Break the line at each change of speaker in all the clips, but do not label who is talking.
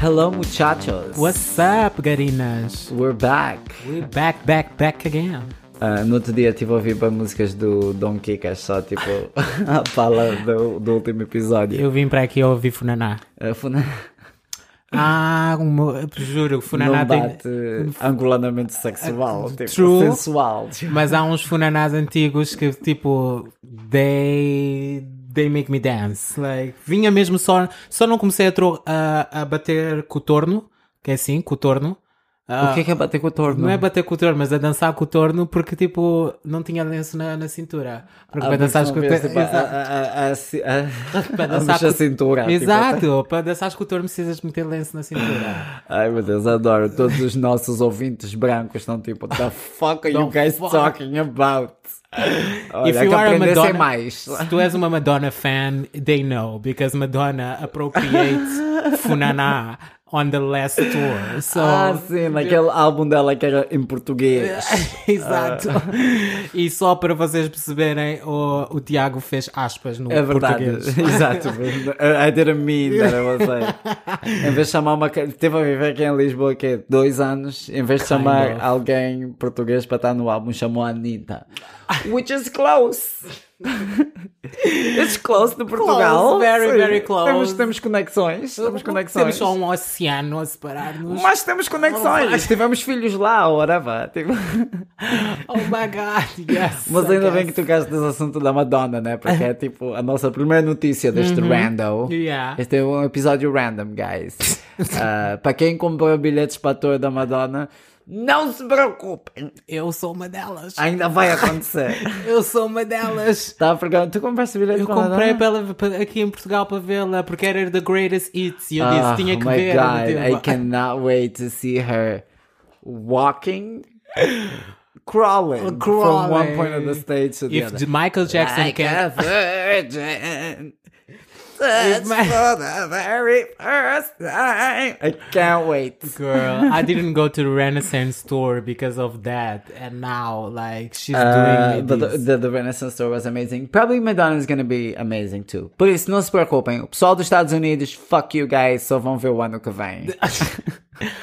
Hello, muchachos.
What's up, garinas?
We're back.
We're back, back, back again.
Ah, no outro dia estive a ouvir para músicas do Don Kikas, só tipo a fala do, do último episódio.
Eu vim para aqui ouvir Funaná.
Ah, Funa-
Ah, como, juro, Funaná
não
tem. Ah,
bate angulanamente sexual, tipo,
true.
sensual. tipo.
Mas há uns Funanás antigos que tipo. They. They make me dance. Like, vinha mesmo só. Só não comecei a, tro- a, a bater cotorno, que é assim, cotorno. Ah,
o que é que é bater com o torno?
Não é bater com o torno, mas a dançar com o torno porque, tipo, não tinha lenço na, na cintura.
Ah,
Porque para dançar com o torno.
tipo,
Exato.
Para
Para dançar
a cintura. tipo,
Exato, para dançar com o torno precisas meter lenço na cintura.
Ai meu Deus, adoro. Todos os nossos ouvintes brancos estão tipo, the fuck are you guys
fuck.
talking about? Olha,
If you
que
are a
aprendessem
Madonna-
mais.
Se tu és uma Madonna fan, they know, because Madonna appropriates Funaná on the last tour. So,
Ah, sim, É. naquele álbum dela que era em português.
exato.
Ah.
E só para vocês perceberem, o, o Tiago fez aspas no
É verdade,
português.
exato. I didn't mean that I was like. Em vez de chamar uma. ca- Teve a viver aqui em Lisboa o quê? dois anos. Em vez de chamar
of.
alguém português para estar no álbum, chamou a Anitta. Which is close. It's close de Portugal.
Close, very,
Sim.
very close.
Temos, temos conexões. Temos
Temos
conexões.
só um oceano a separar-nos.
Mas temos conexões. Tivemos filhos lá, whatever. Tipo...
Oh my god, yes.
Mas
I
ainda bem que
guess.
tu gastas esse assunto da Madonna, né? Porque é tipo a nossa primeira notícia deste random.
Uhum. Yeah.
Este é um episódio random, guys. Ah, para quem comprou bilhetes para a tour da Madonna, não se preocupem,
Eu sou uma delas.
ainda vai acontecer.
Eu sou uma delas.
Tá, porque tu compraste bilhete
Eu
para a
comprei
Madonna?
pela, pa- aqui em Portugal para vê-la porque era The Greatest Hits e eu disse
Ah,
tinha que
oh my
ver.
God, I
tipo,
cannot wait to see her walking, crawling, from one
Crawling.
point of the stage to the
If
other.
the Michael Jackson
like
can.
a virgin. That's
my-
for the very first time. I can't wait.
Girl, I didn't go to the Renaissance tour because of that, and now like she's
Uh,
doing
but the,
this.
the, the Renaissance Tour was amazing. Probably Madonna is gonna be amazing too. Por isso, não se preocupem. O pessoal dos Estados Unidos, fuck you guys, só vão ver o ano que vem.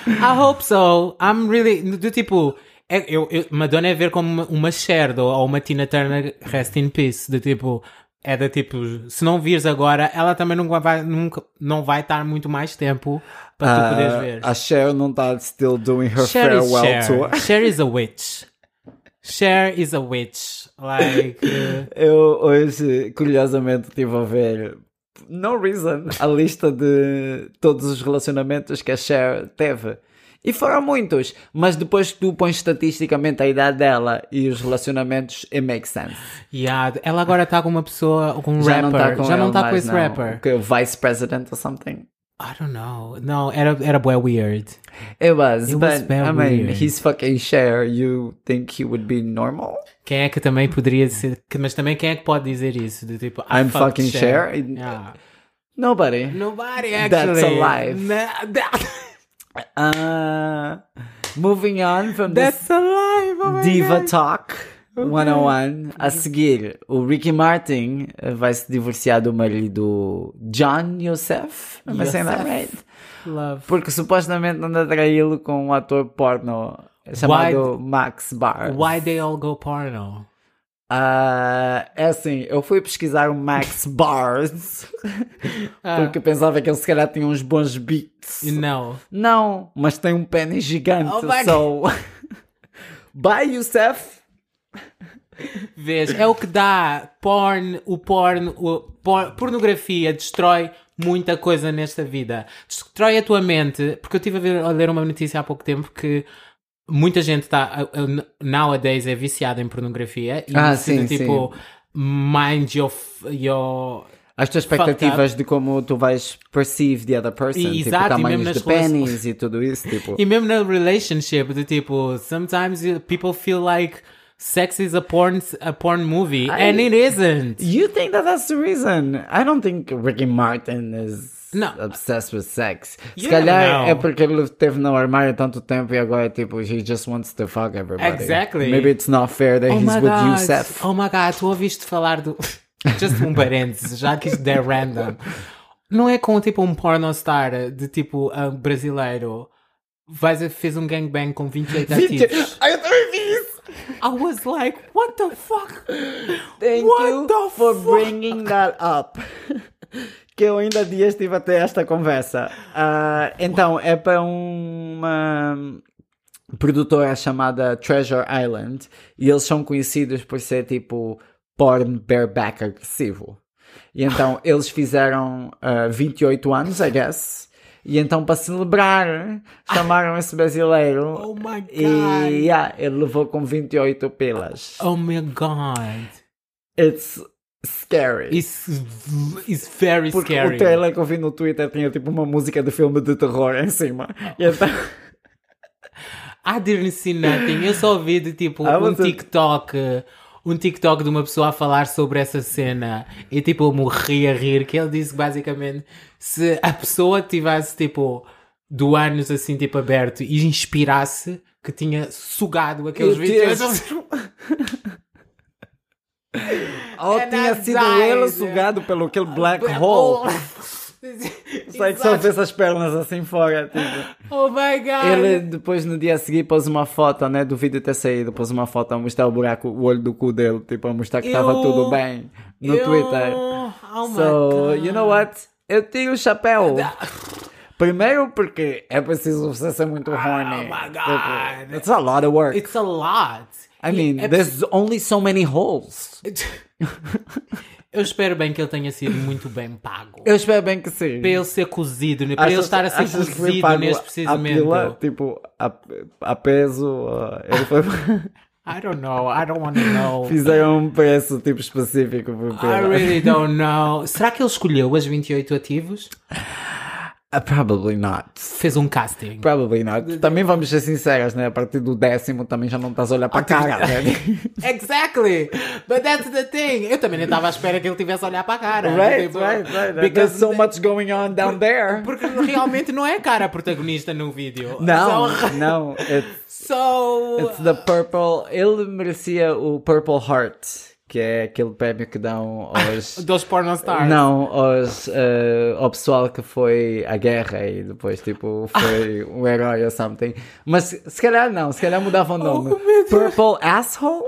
I hope so. I'm really do tipo. é- Eu, eu, Madonna é ver como uma, uma Cher do- ou uma Tina Turner Rest in Peace. De tipo, é da tipo, se não vires agora, ela também nunca vai, nunca, não vai estar muito mais tempo para tu Ah, poderes ver.
Uh, a Cher não está still doing her
Cher is
farewell
Cher.
tour.
Cher is a witch. Cher is a witch. Like, uh,
Eu hoje, curiosamente, estive a ver, no reason, a lista de todos os relacionamentos que a Cher teve. E foram muitos, mas depois que tu pões estatisticamente a idade dela e os relacionamentos, it makes sense.
yeah, ela agora está com uma pessoa, com um rapper. Já não
tá ele
está com
mais,
esse
não.
rapper.
Que é o vice president or something.
I don't know. Não, era, era bué weird.
It was,
It
but
was very
I mean,
weird.
he's fucking Cher. You think he would be normal?
Quem é que também poderia ser. que- mas também quem é que pode dizer isso? De tipo, I
I'm
fucked
fucking Cher.
Yeah.
Nobody.
Nobody
That's a
actually.
lie.
Na- that-
Uh, moving on from this
that's alive. Oh my
Diva
God.
Talk 101. A seguir, o Ricky Martin eh, vai se divorciar do marido John Youssef. Am I saying that right?
Love.
Porque supostamente anda a traí-lo com um ator porno chamado Max Barr.
Why they all go porno?
Ah, é assim, eu fui pesquisar o Max Bars
Ah.
porque pensava que ele se calhar tinha uns bons beats.
Não.
Não, mas tem um pênis gigante.
Oh my
so... Bye, Youssef!
Vês, é o que dá. Porn, o porn, o por- pornografia destrói muita coisa nesta vida. Destrói a tua mente, porque eu estive a, ver- a ler uma notícia há pouco tempo que muita gente está nowadays é viciada em pornografia e
Ah,
decide,
sim,
tipo mind your f- your
As tuas
Fucked
expectativas de como tu vais perceive the other person,
E-
tipo
exato, e
tamanhos
mesmo
de
nas relações-
pênis e tudo isso, tipo.
e mesmo na relationship de tipo sometimes you- people feel like sex is a porn a porn movie and it isn't
You think that that's the reason? I don't think Ricky Martin is
Não.
obsessed with sex. Se
You
calhar
don't know.
é porque ele esteve no armário tanto tempo e agora tipo, he just wants to fuck everybody.
Exactly.
Maybe it's not fair that he's with Youssef.
Oh my god, tu ouviste falar do. Just um parênteses, já que isto é random. Não é com tipo um porno star de tipo ah, brasileiro. Vais a- fez um gangbang com 28 ativos.
Ai, eu também vi isso!
I was like, what the fuck?
Thank
What
you
the
for
fuck?
bringing that up. que eu ainda há dias tive até esta conversa. Ah, então, é para uma produtora chamada Treasure Island e eles são conhecidos por ser tipo porn bareback agressivo. E então eles fizeram ah, 28 anos, I guess. E então, para celebrar, chamaram esse brasileiro.
Oh my God.
E yeah, ele levou com 28 pilas.
Oh my god.
It's scary.
It's, it's very
Porque
scary.
o trailer que eu vi no Twitter tinha tipo uma música de filme de terror em cima. E então,
I didn't see nothing. Eu só vi de tipo
I
um
wasn't-
TikTok. Um TikTok de uma pessoa a falar sobre essa cena e tipo eu morri a rir. Que ele disse que, basicamente se a pessoa tivesse tipo do ânus assim tipo aberto e inspirasse que tinha sugado aqueles
Meu Deus.
vídeos.
ou
And
tinha
I
sido
died.
ele sugado pelo aquele black hole. Sei que só
Ah, Oh, Exato.
fez as pernas assim fora. Tipo.
Oh my god!
Ele depois no dia a seguir pôs uma foto, né? Do vídeo ter saído, pôs uma foto a mostrar o buraco, o olho do cu dele, tipo, a mostrar que estava
Eu-
tudo bem no
Eu-
Twitter.
Oh my
So,
god.
you know what? Eu tiro o chapéu. Primeiro porque é preciso você ser muito horny.
Ah, oh my God.
Tipo, It's a lot of work.
It's a lot.
I mean,
é
there's only so many holes.
Eu espero bem que ele tenha sido muito bem pago.
Eu espero bem que sim.
Para ele ser cozido, né? para ele estar a ser
achas que foi
cozido
pago
neste
a
precisamente.
pila, tipo, a, a peso, uh, ele foi...
I don't know, I don't want to know.
fizeram um preço tipo específico por
I
pila.
really don't know. Será que ele escolheu as 28 ativos?
Uh, probably not.
Fez um casting.
Probably not. Também vamos ser sinceras, né? A partir do décimo também já não estás a olhar para a cara, né?
Exactly! But that's the thing! Eu também não estava à espera que ele tivesse a olhar para a cara.
Right,
Tipo,
right, right. There's
Because
so much going on down there.
Porque realmente não é a cara protagonista no vídeo.
Não,
So,
não. It's,
so-
it's the Purple. Ele merecia o Purple Heart, que é aquele prémio que dão aos.
dos pornostars.
Não, aos, eh, ao pessoal que foi à guerra e depois, tipo, foi um herói ou something. Mas se calhar não, se calhar
Oh,
mudava o nome. Purple Asshole?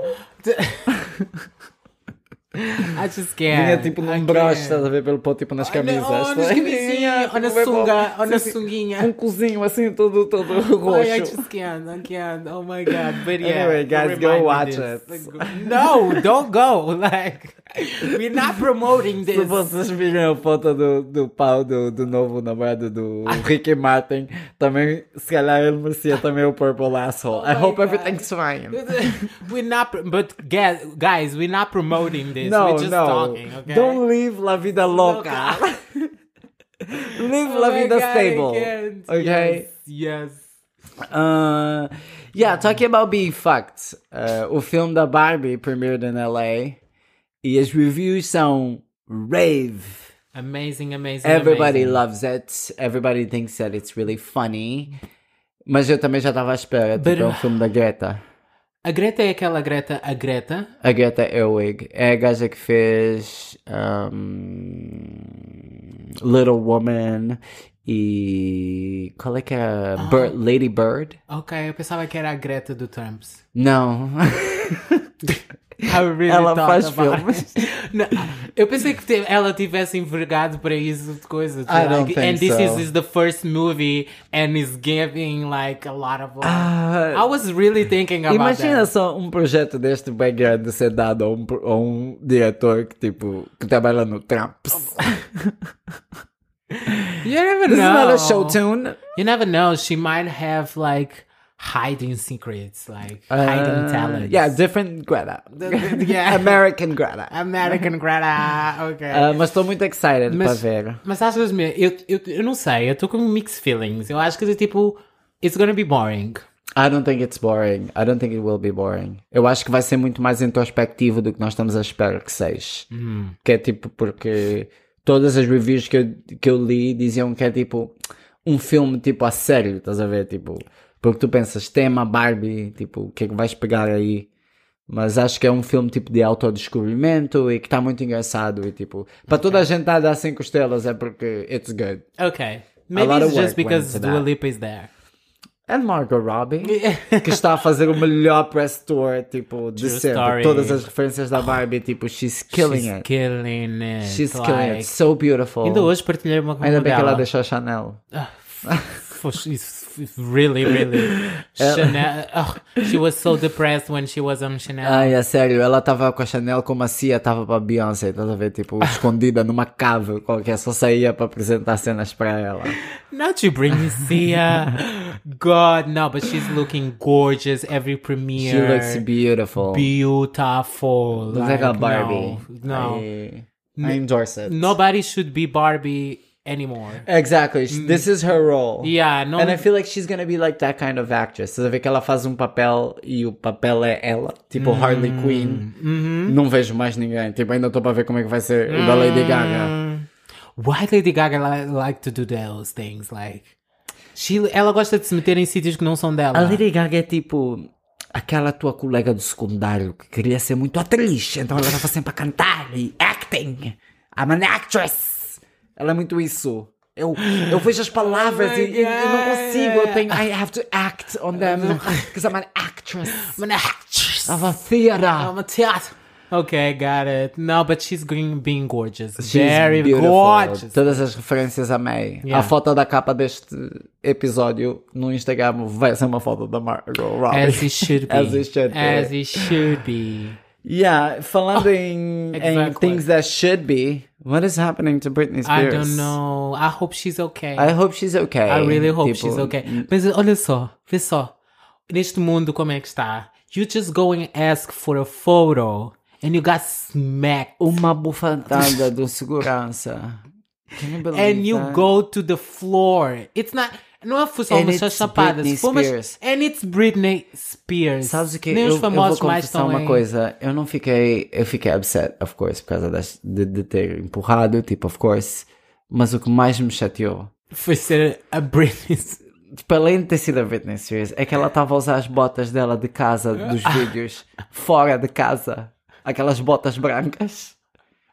I just
Tinha
can't.
tipo
I
num broche,
can't.
estás a ver? Pelo pôr tipo nas camisas.
é. Oh, nas camisinhas, ou na
Tipo, é bom.
sunga, ou
Sim, sim.
na
Um
sunguinha.
cozinho assim, todo, todo roxo.
Ai, I just can't, I can't. Oh my god. But yeah.
Anyway, guys, go
remind me
watch
this.
it.
No, don't go. Like, we're not promoting
Se
this.
vocês virem né, a foto do, do pau do, do novo namorado do
Ah.
Ricky Martin, também, se calhar ele merecia também o Purple Asshole. I
Oh my
hope
God.
everything's fine.
We're not, pro- but guys, guys, we're not promoting this.
No,
we're just
no.
talking, okay?
Don't live la vida louca. live
Oh
la
my
vida
God, I
stable.
can't.
Okay?
Yes. yes.
Uh, yeah, talking about being fucked. Uh, o filme da Barbie premiered in LA e as reviews são rave.
Amazing, amazing.
Everybody
amazing.
loves it. Everybody thinks that it's really funny. Mas eu também já estava à espera. Tipo,
But-
é um filme da Greta.
A Greta é aquela Greta, a Greta,
A Greta Erwig é a gaja que fez um, Little Woman e. Qual é que é?
Ah.
Bird, Lady Bird?
Ok, eu pensava que era a Greta do Trumps.
Não.
I really
Ela
thought
faz
about
filmes.
it. Não, eu pensei que te- ela tivesse envergado para isso de coisa. de
I don't
like,
think
and this
so.
is, is the first movie and is giving like a lot of like,
Ah,
I was really thinking about
Imagina
that.
só um projeto deste bem grande ser dado a um, pro- a um diretor que, tipo, que trabalha no Trumps.
You never
This is not
know.
a show tune.
You never know. She might have like hiding secrets, like hiding
Uh,
talents.
Yeah, different Greta.
yeah.
American Greta.
American Greta. Okay.
Ah, mas estou muito excited para
Mas-
ver.
Mas achas mesmo? Eu, eu, eu não sei, eu estou com mixed feelings. Eu acho que é tipo, it's gonna be boring.
I don't think it's boring. I don't think it will be boring. Eu acho que vai ser muito mais introspectivo do que nós estamos à espera que seja. Que é tipo, porque todas as reviews que eu, que eu li diziam que é tipo um filme tipo a sério, estás a ver? Tipo, porque tu pensas, tema Barbie, tipo, o que é que vais pegar aí? Mas acho que é um filme tipo de autodescobrimento e que está muito engraçado. E tipo, para toda a gente a dar 5 estrelas é porque it's good.
Okay. Maybe
lot of
it's just
work went
because
to
Dua
that.
Lipa is there.
And Margot Robbie, que está a fazer o melhor press tour, tipo, de
True
sempre.
story.
Todas as referências da Barbie, tipo, she's killing
She's
it.
killing it.
She's
like-
killing it. So beautiful.
Ainda hoje partilhei uma com
Ainda
uma
bem que ela
dela.
deixou a Chanel.
Ah, f- f- isso- f- really, really. Chanel. Oh, she was so depressed when she was on Chanel.
Ai, é sério, ela tava com a Chanel como a Cia tava pra Beyoncé, estás a ver? Tipo, escondida numa cave qualquer, só saía pra apresentar cenas pra ela.
Not you bring me Sia. God, no, but she's looking gorgeous every premiere.
She looks beautiful.
beautiful.
Like é a
no,
Barbie.
No,
I, I endorse it.
nobody should be Barbie anymore.
Exactly. She- This is her role.
Mm. Yeah, no.
And I feel like she's gonna be like that kind of actress. Você vê que ela faz um papel e o papel é ela, tipo Harley Quinn. Não vejo mais ninguém. Tipo, ainda estou para ver como é que vai ser o da Lady Gaga.
Why Lady Gaga li like to do those things? Like, she, ela gosta de se meter em sítios que não são dela.
A Lady Gaga é tipo aquela tua colega do secundário que queria ser muito atriz, então ela estava sempre a cantar e acting. I'm an actress. Ela é muito isso. Eu, eu vejo as palavras
Oh my
e, e- e não
God.
consigo. Eu tenho, I have to act on them because I'm an actress.
I'm an actress.
I'm a theater.
I'm a theater. Okay, got it. No, but she's green, being gorgeous.
She's
Very
beautiful.
gorgeous.
Todas as referências amei.
Yeah.
A foto da capa deste episódio no Instagram vai ser uma foto da Margot Robbie.
As it should be.
As it should be.
As it should be.
Yeah, falando em, em
Oh, exactly.
things that should be, what is happening to Britney Spears?
I don't know. I hope she's okay.
I hope she's okay.
I really hope
Tipo,
she's okay. Mas olha só, vê só. Neste mundo, como é que está? You just go and ask for a photo and you got smacked.
Uma bufandada do segurança. Can you believe
And you
that?
go to the floor. It's not. Não é só
And
umas
it's
chapadas.
Britney
Se for umas-
Spears.
And it's Britney Spears.
Sabes o que?
Nem
eu,
os famosos
eu vou
mais
confessar
estão
uma
em-
coisa. Eu não fiquei... Eu fiquei upset, of course, por causa das, de, de ter empurrado, tipo, of course. Mas o que mais me chateou,
Foi ser a Britney.
tipo, além de ter sido a Britney Spears, é que ela estava a usar as botas dela de casa, dos vídeos, fora de casa. Aquelas botas brancas.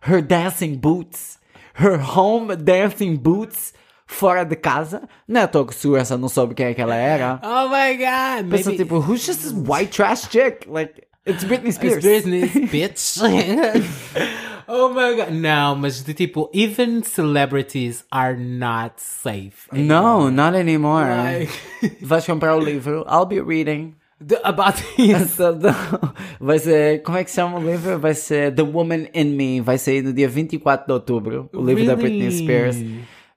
Her dancing boots. Her home dancing boots. Fora de casa. Não é à toa que o segurança não soube quem é que ela era.
Oh my god.
Pensa,
Maybe...
tipo, who's just this white trash chick? Like, it's Britney Spears.
It's Britney, bitch. oh my god. Não, mas de tipo, even celebrities are not safe.
No, not anymore.
Like-
Vais comprar o livro. I'll be reading.
The- about this.
Vai ser. Como é que se chama o livro? Vai ser The Woman in Me. Vai sair no dia 24 de outubro. O livro da
Really?
Britney Spears.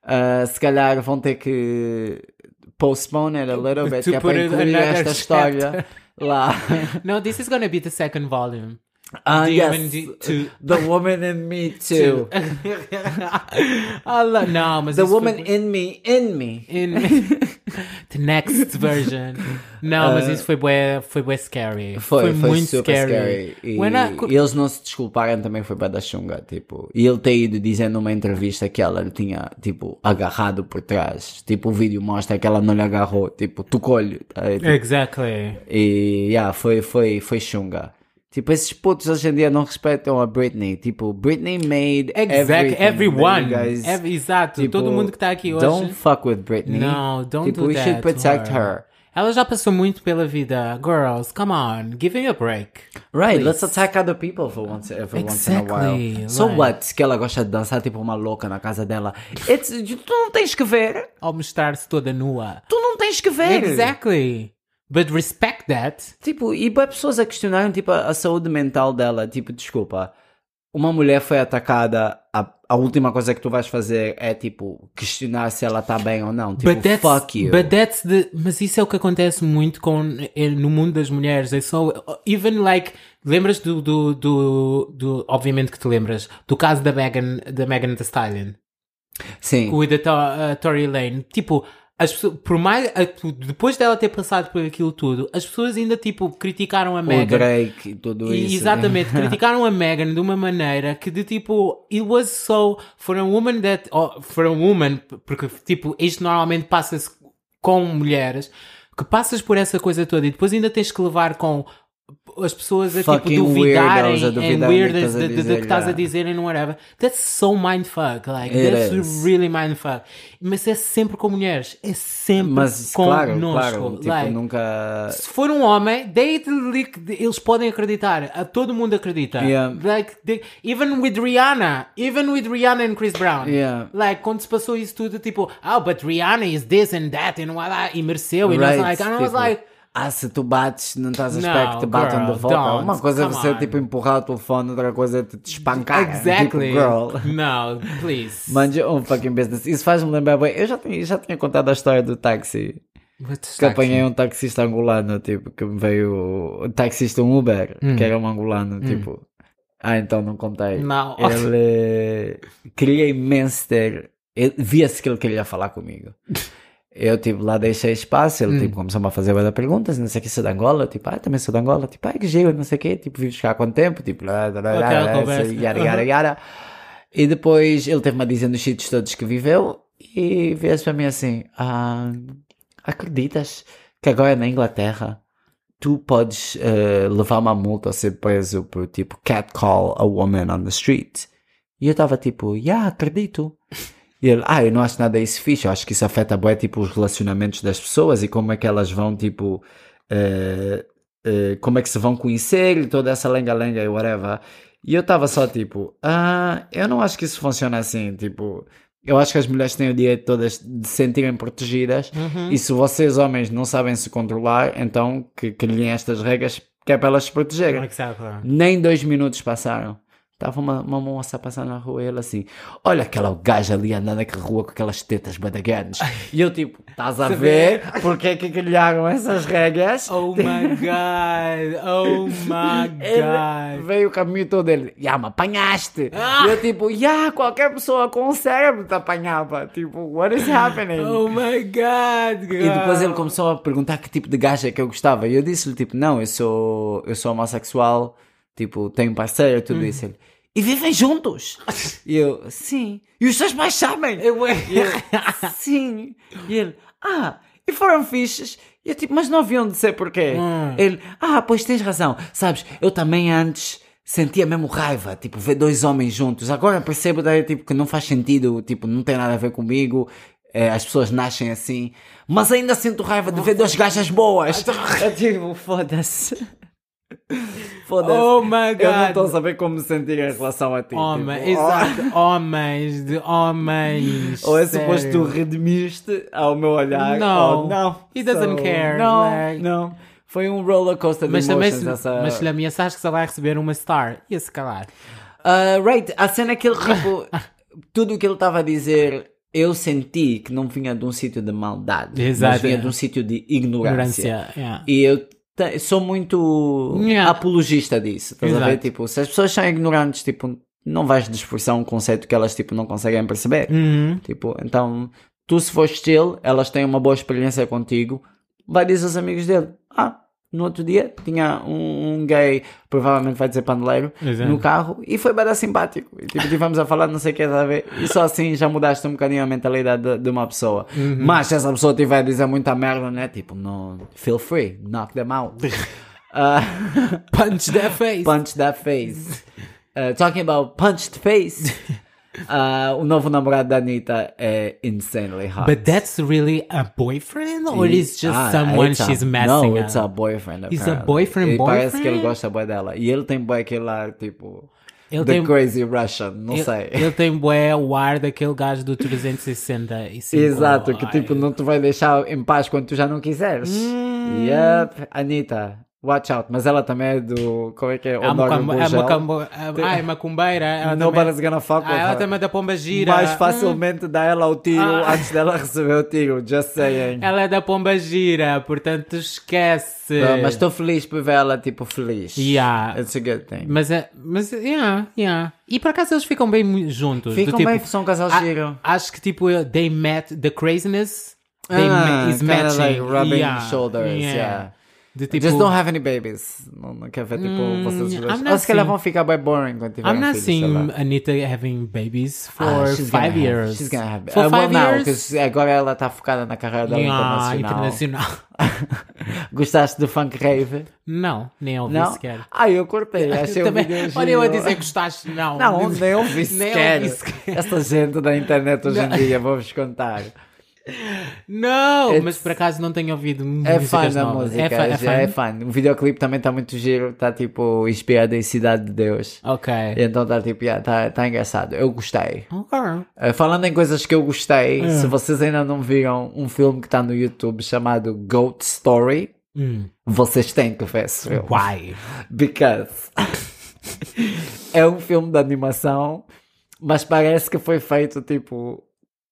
Ah, se calhar vão ter que postpone it a little bit,
To
que é
put
para
it
incluir
another
esta história lá.
No, this is gonna be the second volume.
Ah,
Do you even
yes.
do- to-
The Woman in Me Too.
I love, no, mas
The
isso
Woman
foi...
in Me, in Me.
in the next version. Não, mas isso foi bué, foi bué scary.
Ah. Foi, foi,
muito
super scary. E,
When I could-
e eles não se desculparem também foi para da chunga, tipo. E ele ter ido dizendo numa entrevista que ela lhe tinha, tipo, agarrado por trás. Tipo, o vídeo mostra que ela não lhe agarrou, tipo, tocou-lhe. tá? E, tipo,
Exactly.
E, yeah, foi, foi, foi chunga. Tipo, esses putos hoje em dia não respeitam a Britney. Tipo, Britney made
Exactly.
everything that you
Everyone.
guys-
Ev- exato.
tipo,
Todo mundo que tá aqui hoje.
Don't fuck with Britney.
No, don't
tipo,
do
we
that
should
to
protect
her.
her.
Ela já passou muito pela vida. Girls, come on, give me a break.
Right, let's attack other people for once every once in a
Exactly,
while. So
right.
what? Se que ela gosta de dançar tipo uma louca na casa dela. It's, tu não tens que ver.
Ao mostrar-se toda nua.
Tu não tens que ver.
Exactly. But respect that.
Tipo, e bué pessoas a questionaram tipo a, a saúde mental dela, tipo, desculpa. Uma mulher foi atacada, a, a última coisa que tu vais fazer é tipo questionar se ela tá bem ou não. Tipo,
but that's,
fuck you.
But that's the, mas isso é o que acontece muito com, eh, no mundo das mulheres. É só, even like, lembras do, do, do, do- obviamente que te lembras, do caso da Megan, da Megan Thee Stallion.
Sim.
com a To- a eh, Tory Lane. Tipo, as pessoas, por mais, a- tu- depois dela ter passado por aquilo tudo, as pessoas ainda, tipo, criticaram a
O
Megan.
Drake e tudo
E-
isso.
Exatamente, criticaram a Megan de uma maneira que de tipo, it was so for a woman that, oh, for a woman, porque tipo, isto normalmente passa-se com mulheres, que passas por essa coisa toda e depois ainda tens que levar com as pessoas a
Fucking
tipo duvidarem
weirdos a
and
duvidarem
weirdas
do que estás a
de- de- do
dizer,
que estás a
yeah.
dizer and whatever. That's so mindfuck. Like,
It
that's
is.
really mindfuck. Mas é sempre com mulheres. É sempre
Mas
com
claro,
connosco.
claro, tipo,
like,
nunca.
Se for um homem, they, eles podem acreditar. A todo mundo acredita.
Yeah.
Like, they- even with Rihanna. Even with Rihanna and Chris Brown.
Yeah.
Like, quando se passou isso tudo, tipo, oh, but Rihanna is this and that and what I, e mereceu. And I was like, and I was
tipo,
like,
ah, se tu bates, não estás a
No,
esperar que te batam
girl,
de volta.
don't.
Uma coisa é
Come
você
on.
tipo empurrar o telefone, outra coisa é te espancar.
Exactly.
Tipo, girl.
No, please.
Mind your own fucking business. Isso faz-me lembrar bem. Eu já tinha, já tinha contado a história do táxi.
But
Que apanhei um taxista angolano, tipo, que me veio. Um taxista, um Uber,
Hum.
que era um angolano, tipo. Ah, então não contei.
Não.
Ele queria imenso ter. ele- Via-se que ele queria falar comigo. Eu, tipo, lá deixei espaço, ele,
Hum.
tipo, começou-me a fazer várias perguntas, não sei o que, sou de Angola, tipo, ah, também sou de Angola, tipo, ah, que giro, não sei o que, tipo, vives cá há quanto tempo, tipo, lá, lá, lá, lá,
Aquela
lá,
conversa.
yara, yara, yara. E depois ele teve-me a dizer nos sítios todos que viveu e viesse para mim assim: ah, Acreditas que agora na Inglaterra tu podes eh, levar uma multa ou ser preso por tipo catcall a woman on the street? E eu estava tipo: Yeah, acredito. E ele, ah, eu não acho nada isso fixe, eu acho que isso afeta bué, tipo, os relacionamentos das pessoas e como é que elas vão, tipo, eh, eh, como é que se vão conhecer e toda essa lenga-lenga e whatever. E eu estava só tipo, ah, eu não acho que isso funciona assim, tipo, eu acho que as mulheres têm o direito todas de se sentirem protegidas
Uhum. Mm-hmm.
e se vocês homens não sabem se controlar, então que criem estas regras que é para elas se protegerem.
Exactly.
Nem dois minutos passaram. Tava uma, uma moça passando na rua e ela assim: Olha aquela gaja ali andando naquela rua com aquelas tetas badaganas. E eu, tipo, estás a
Você
ver porque é que criaram essas regras?
Oh my god. Oh my Ah!
Ele
god.
veio o caminho todo dele, yeah, me apanhaste. E eu, tipo, yeah, qualquer pessoa com um cérebro te apanhava. Tipo, what is happening?
Oh my god.
E depois ele
girl.
começou a perguntar que tipo de gaja que eu gostava. E eu disse-lhe, tipo, não, eu sou, eu sou homossexual, tipo, tenho parceira, tudo
Uhum.
isso. Ele, e vivem juntos? e eu, sim. E os seus pais sabem?
Eu-
E eu, sim. E ele, ah, e foram fixes? E eu, tipo, mas não haviam de ser porquê? Ele, ah, pois tens razão. Sabes, eu também antes sentia mesmo raiva, tipo, ver dois homens juntos. Agora percebo daí, tipo, que não faz sentido, tipo, não tem nada a ver comigo. É, as pessoas nascem assim. Mas ainda sinto raiva de ver duas gajas boas. É tipo, foda-se. Foda-se.
Oh my
eu não estou a
god.
saber como me sentir em relação a ti.
Homem,
tipo,
exato. Homens, de homens.
Ou é
sério.
suposto tu redimiste ao meu olhar?
Não.
ou não.
He doesn't care,
Não,
like-
não. Foi um roller coaster de
Mas também
emotions
se,
essa.
mas se lhe ameaçares que só vai receber uma star, ia-se calar.
Ah, right, a cena que ele tipo. tudo o que ele estava a dizer, eu senti que não vinha de um sítio de maldade.
Exato,
Mas vinha
é.
de um sítio de ignorância.
Ignorância. yeah.
E eu te- sou muito
Yeah.
apologista disso. Estás a ver?
Exato.
Tipo, se as pessoas são ignorantes, tipo, não vais disforçar um conceito que elas tipo, não conseguem perceber.
Uhum.
Tipo, então, tu se fores chill, elas têm uma boa experiência contigo, vai dizer aos amigos dele, ah, no outro dia tinha um, um gay, provavelmente vai dizer pandeleiro,
Exato.
no carro, e foi bada simpático. E tipo, tivemos a falar, não sei o que, estás a ver? E só assim já mudaste um bocadinho a mentalidade de, de uma pessoa. Mas se essa pessoa tiver a dizer muita merda, né? Tipo, não, feel free, knock them out. Ah,
Punch their face.
Punch that face. Uh, talking about punched face. uh, o novo namorado da Anitta é insanely hot.
But that's really a boyfriend, or is just
Ah,
someone
it's a-
she's messing
No,
up?
it's a boyfriend.
It's a
apparently.
boyfriend,
E parece que ele
boyfriend?
gosta boa dela. E ele tem boy aquele lá, tipo.
Ele
the
tem-
crazy Russian, não
ele,
sei.
ele tem bué o ar daquele gajo do 365.
Exato, que
Ai.
tipo não te vai deixar em paz quando tu já não quiseres.
Hum.
Yep, Anitta, watch out. Mas ela também é do. Como é que é?
A
Honório
macambo- a
Gurgel.
macambo- a- ai, macumbeira. Ela
Nobody's
também,
gonna fuck with
ah, ela
her.
também é da pomba gira.
mais
Hum,
facilmente dá ela o tiro
Ah.
antes dela receber o tiro, just saying.
ela é da pomba gira, portanto esquece.
Ah, mas estou feliz por ver ela, tipo, feliz.
Yeah.
It's a good thing.
Mas é, mas yeah, yeah. E por acaso eles ficam bem mu- juntos. do
Ficam
tipo,
bem, são um casal
a-
giro.
Acho que tipo, they met the craziness. They
Ah,
ma- is
kinda
matching.
Like rubbing
Yeah,
shoulders, yeah.
De tipo.
Just don't have any babies. Não, não quer ver, tipo,
Hum,
vocês
I'm
dois.
not
Ou se calhar
seeing-
vão ficar bem boring quando tiverem
I'm not
filhos, sei
seeing
lá.
Anita having babies for
Ah, she's gonna
five
have-
years.
she's gonna have-
For
Ah, well,
five
não,
years.
'cause agora ela está focada na carreira dela
Ah,
internacional.
internacional.
Gostaste do funk rave?
Não, nem ouvi
Não?
sequer.
Ah, eu cortei. Achei o
Também,
vídeo
olha, eu a
giro.
dizer que gostaste, não.
Não, nem ouvi sequer.
ouvi sequer.
Essa gente da internet hoje em dia, vou-vos contar.
Não,
It's-
mas por acaso não tenho ouvido
É
músicas
fã da
novas.
música, é fã, é fã. O videoclipe também está muito giro, está tipo inspirado em Cidade de Deus.
Ok.
Então está tipo, está tá engraçado. Eu gostei.
Ok.
Uh, falando em coisas que eu gostei, se vocês ainda não viram um filme que está no YouTube chamado Goat Story,
Hum.
vocês têm que ver esse filme.
Why?
Because é um filme de animação, mas parece que foi feito tipo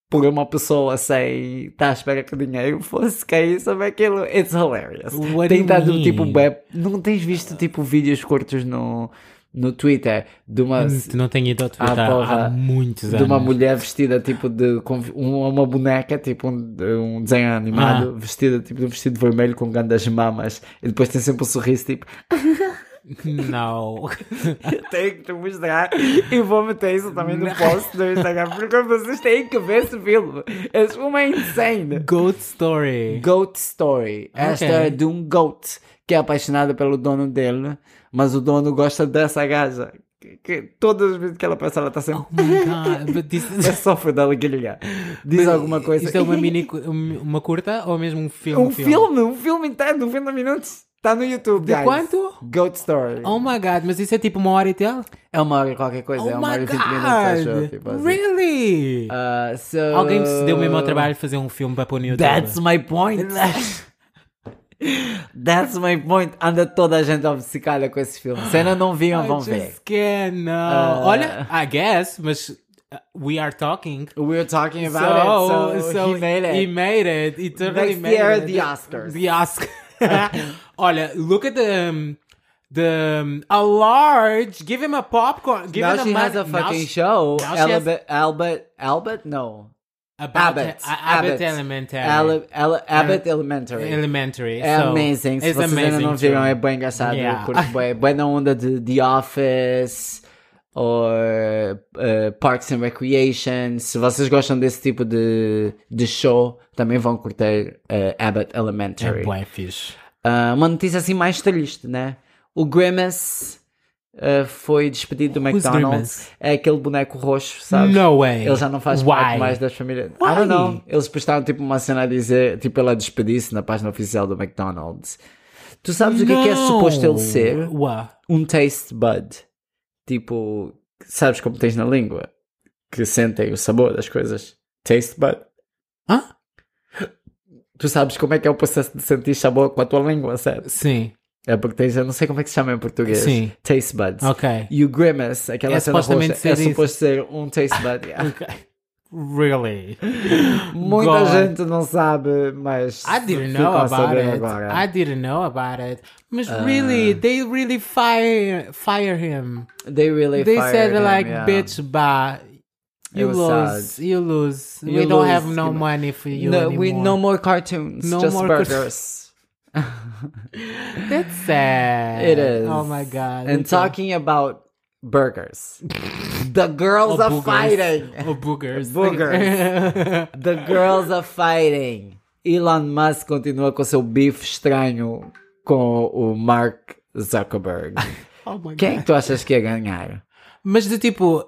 por uma pessoa sem estar à espera que dinheiro fosse cair sobre aquilo. It's hilarious.
What do
Tem
you
dado
mean?
tipo bué- Não tens visto tipo vídeos curtos no, no Twitter de uma.
Tu Hum, não tenho ido ao Twitter
Assim. Ah, porra.
há muitos anos.
De uma mulher vestida tipo de. com um- uma boneca, tipo um, um desenho
Ah.
animado, vestida tipo de um vestido vermelho com grandes mamas, e depois tem sempre um sorriso tipo.
Hum, Não.
tenho que te mostrar e vou meter isso também no post do Instagram porque vocês têm que ver esse filme. Esse filme é insane.
Goat Story.
Goat Story. É a
Ok.
história de um goat que é apaixonado pelo dono dele, mas o dono gosta dessa gaja. Que, que todas as vezes que ela passa, ela está sempre.
Oh my god. But this is...
É sofre da alegria. Diz alguma coisa.
Isto é uma mini. cu- um- Uma curta ou mesmo um filme?
Um filme, um filme inteiro, 90 minutos. Está no YouTube.
De
guys.
quanto?
Goat Story.
Oh my god, mas isso é tipo uma hora e tal?
É uma hora e qualquer coisa.
Oh
é uma hora
my
e 20 minutos, acho. eu,
god!
tipo assim.
Really?
Uh, so-
Alguém se deu mesmo ao trabalho de fazer um filme para pôr no YouTube?
Ah. That's my point. That's my point. Anda toda a gente obcecada com esse filme. Se ainda não viram,
I
vão
just
ver.
can't know.
Ah.
Olha, I guess, mas uh, we are talking.
We're talking
So,
about it, so, he made it.
He made it. He totally
Next
made
year,
it.
the Oscars.
The Oscars. Olha, look at the um, the um, a large. Give him a popcorn. Give
now
him
she
a
has
mon-
a
now
fucking
she-
show.
now she has-
Albert, Albert, Albert, no.
about
Abbott.
a- Abbott Elementary.
Ele- Ele- Abbott Elementary.
Elementary.
É
so,
amazing. Se
It's
vocês ainda
amazing.
não viram,
too.
é bem engraçado.
Yeah.
Eu curto bem. Bem na onda de The Office ou eh, Parks and Recreation. Se vocês gostam desse tipo de, de show, também vão curtir eh, Abbott
É
Elementary.
bué fixe.
Ah, uma notícia assim mais triste, né? O Grimace eh, foi despedido do
Who's
McDonald's.
Grimace?
É aquele boneco roxo, sabes?
No way.
Ele já não faz
Why?
parte mais das famílias. I
Why?
don't know. Eles postaram tipo uma cena a dizer, tipo, ela despediu-se na página oficial do McDonald's. Tu sabes o que é que é
No.
suposto ele ser?
What?
Um taste bud. Tipo, sabes como tens na língua? Que sentem o sabor das coisas. Taste bud.
Hã?
Tu sabes como é que é o processo de sentir sabor com a tua língua, certo?
Sim.
É porque tens, eu não sei como é que se chama em português.
Sim.
Taste buds.
Ok.
E o grimace, aquela
É
cena
supostamente
roxa, é
ser isso.
suposto ser um taste bud. yeah.
Okay. Really?
Muita
God.
gente não sabe, mas
I didn't
ficam
know
a
about
saber
it.
agora.
I didn't know about it. But
Uh,
really, they really fire fire him.
They really
They
fired
said
him,
like,
yeah.
bitch, bah, you
was
lose,
sad.
you lose. we
You
don't
lose,
have no
you-
money for you
No,
anymore.
we no more cartoons,
No
just
more car-
burgers.
That's sad.
It is.
Oh my god.
And talking about burgers, the girls
Oh,
are
boogers.
fighting.
Oh boogers.
Boogers. The girls are fighting. Elon Musk continua com seu bife estranho com o Mark Zuckerberg.
oh my
Quem é
god.
que tu achas que ia ganhar?
Mas de tipo,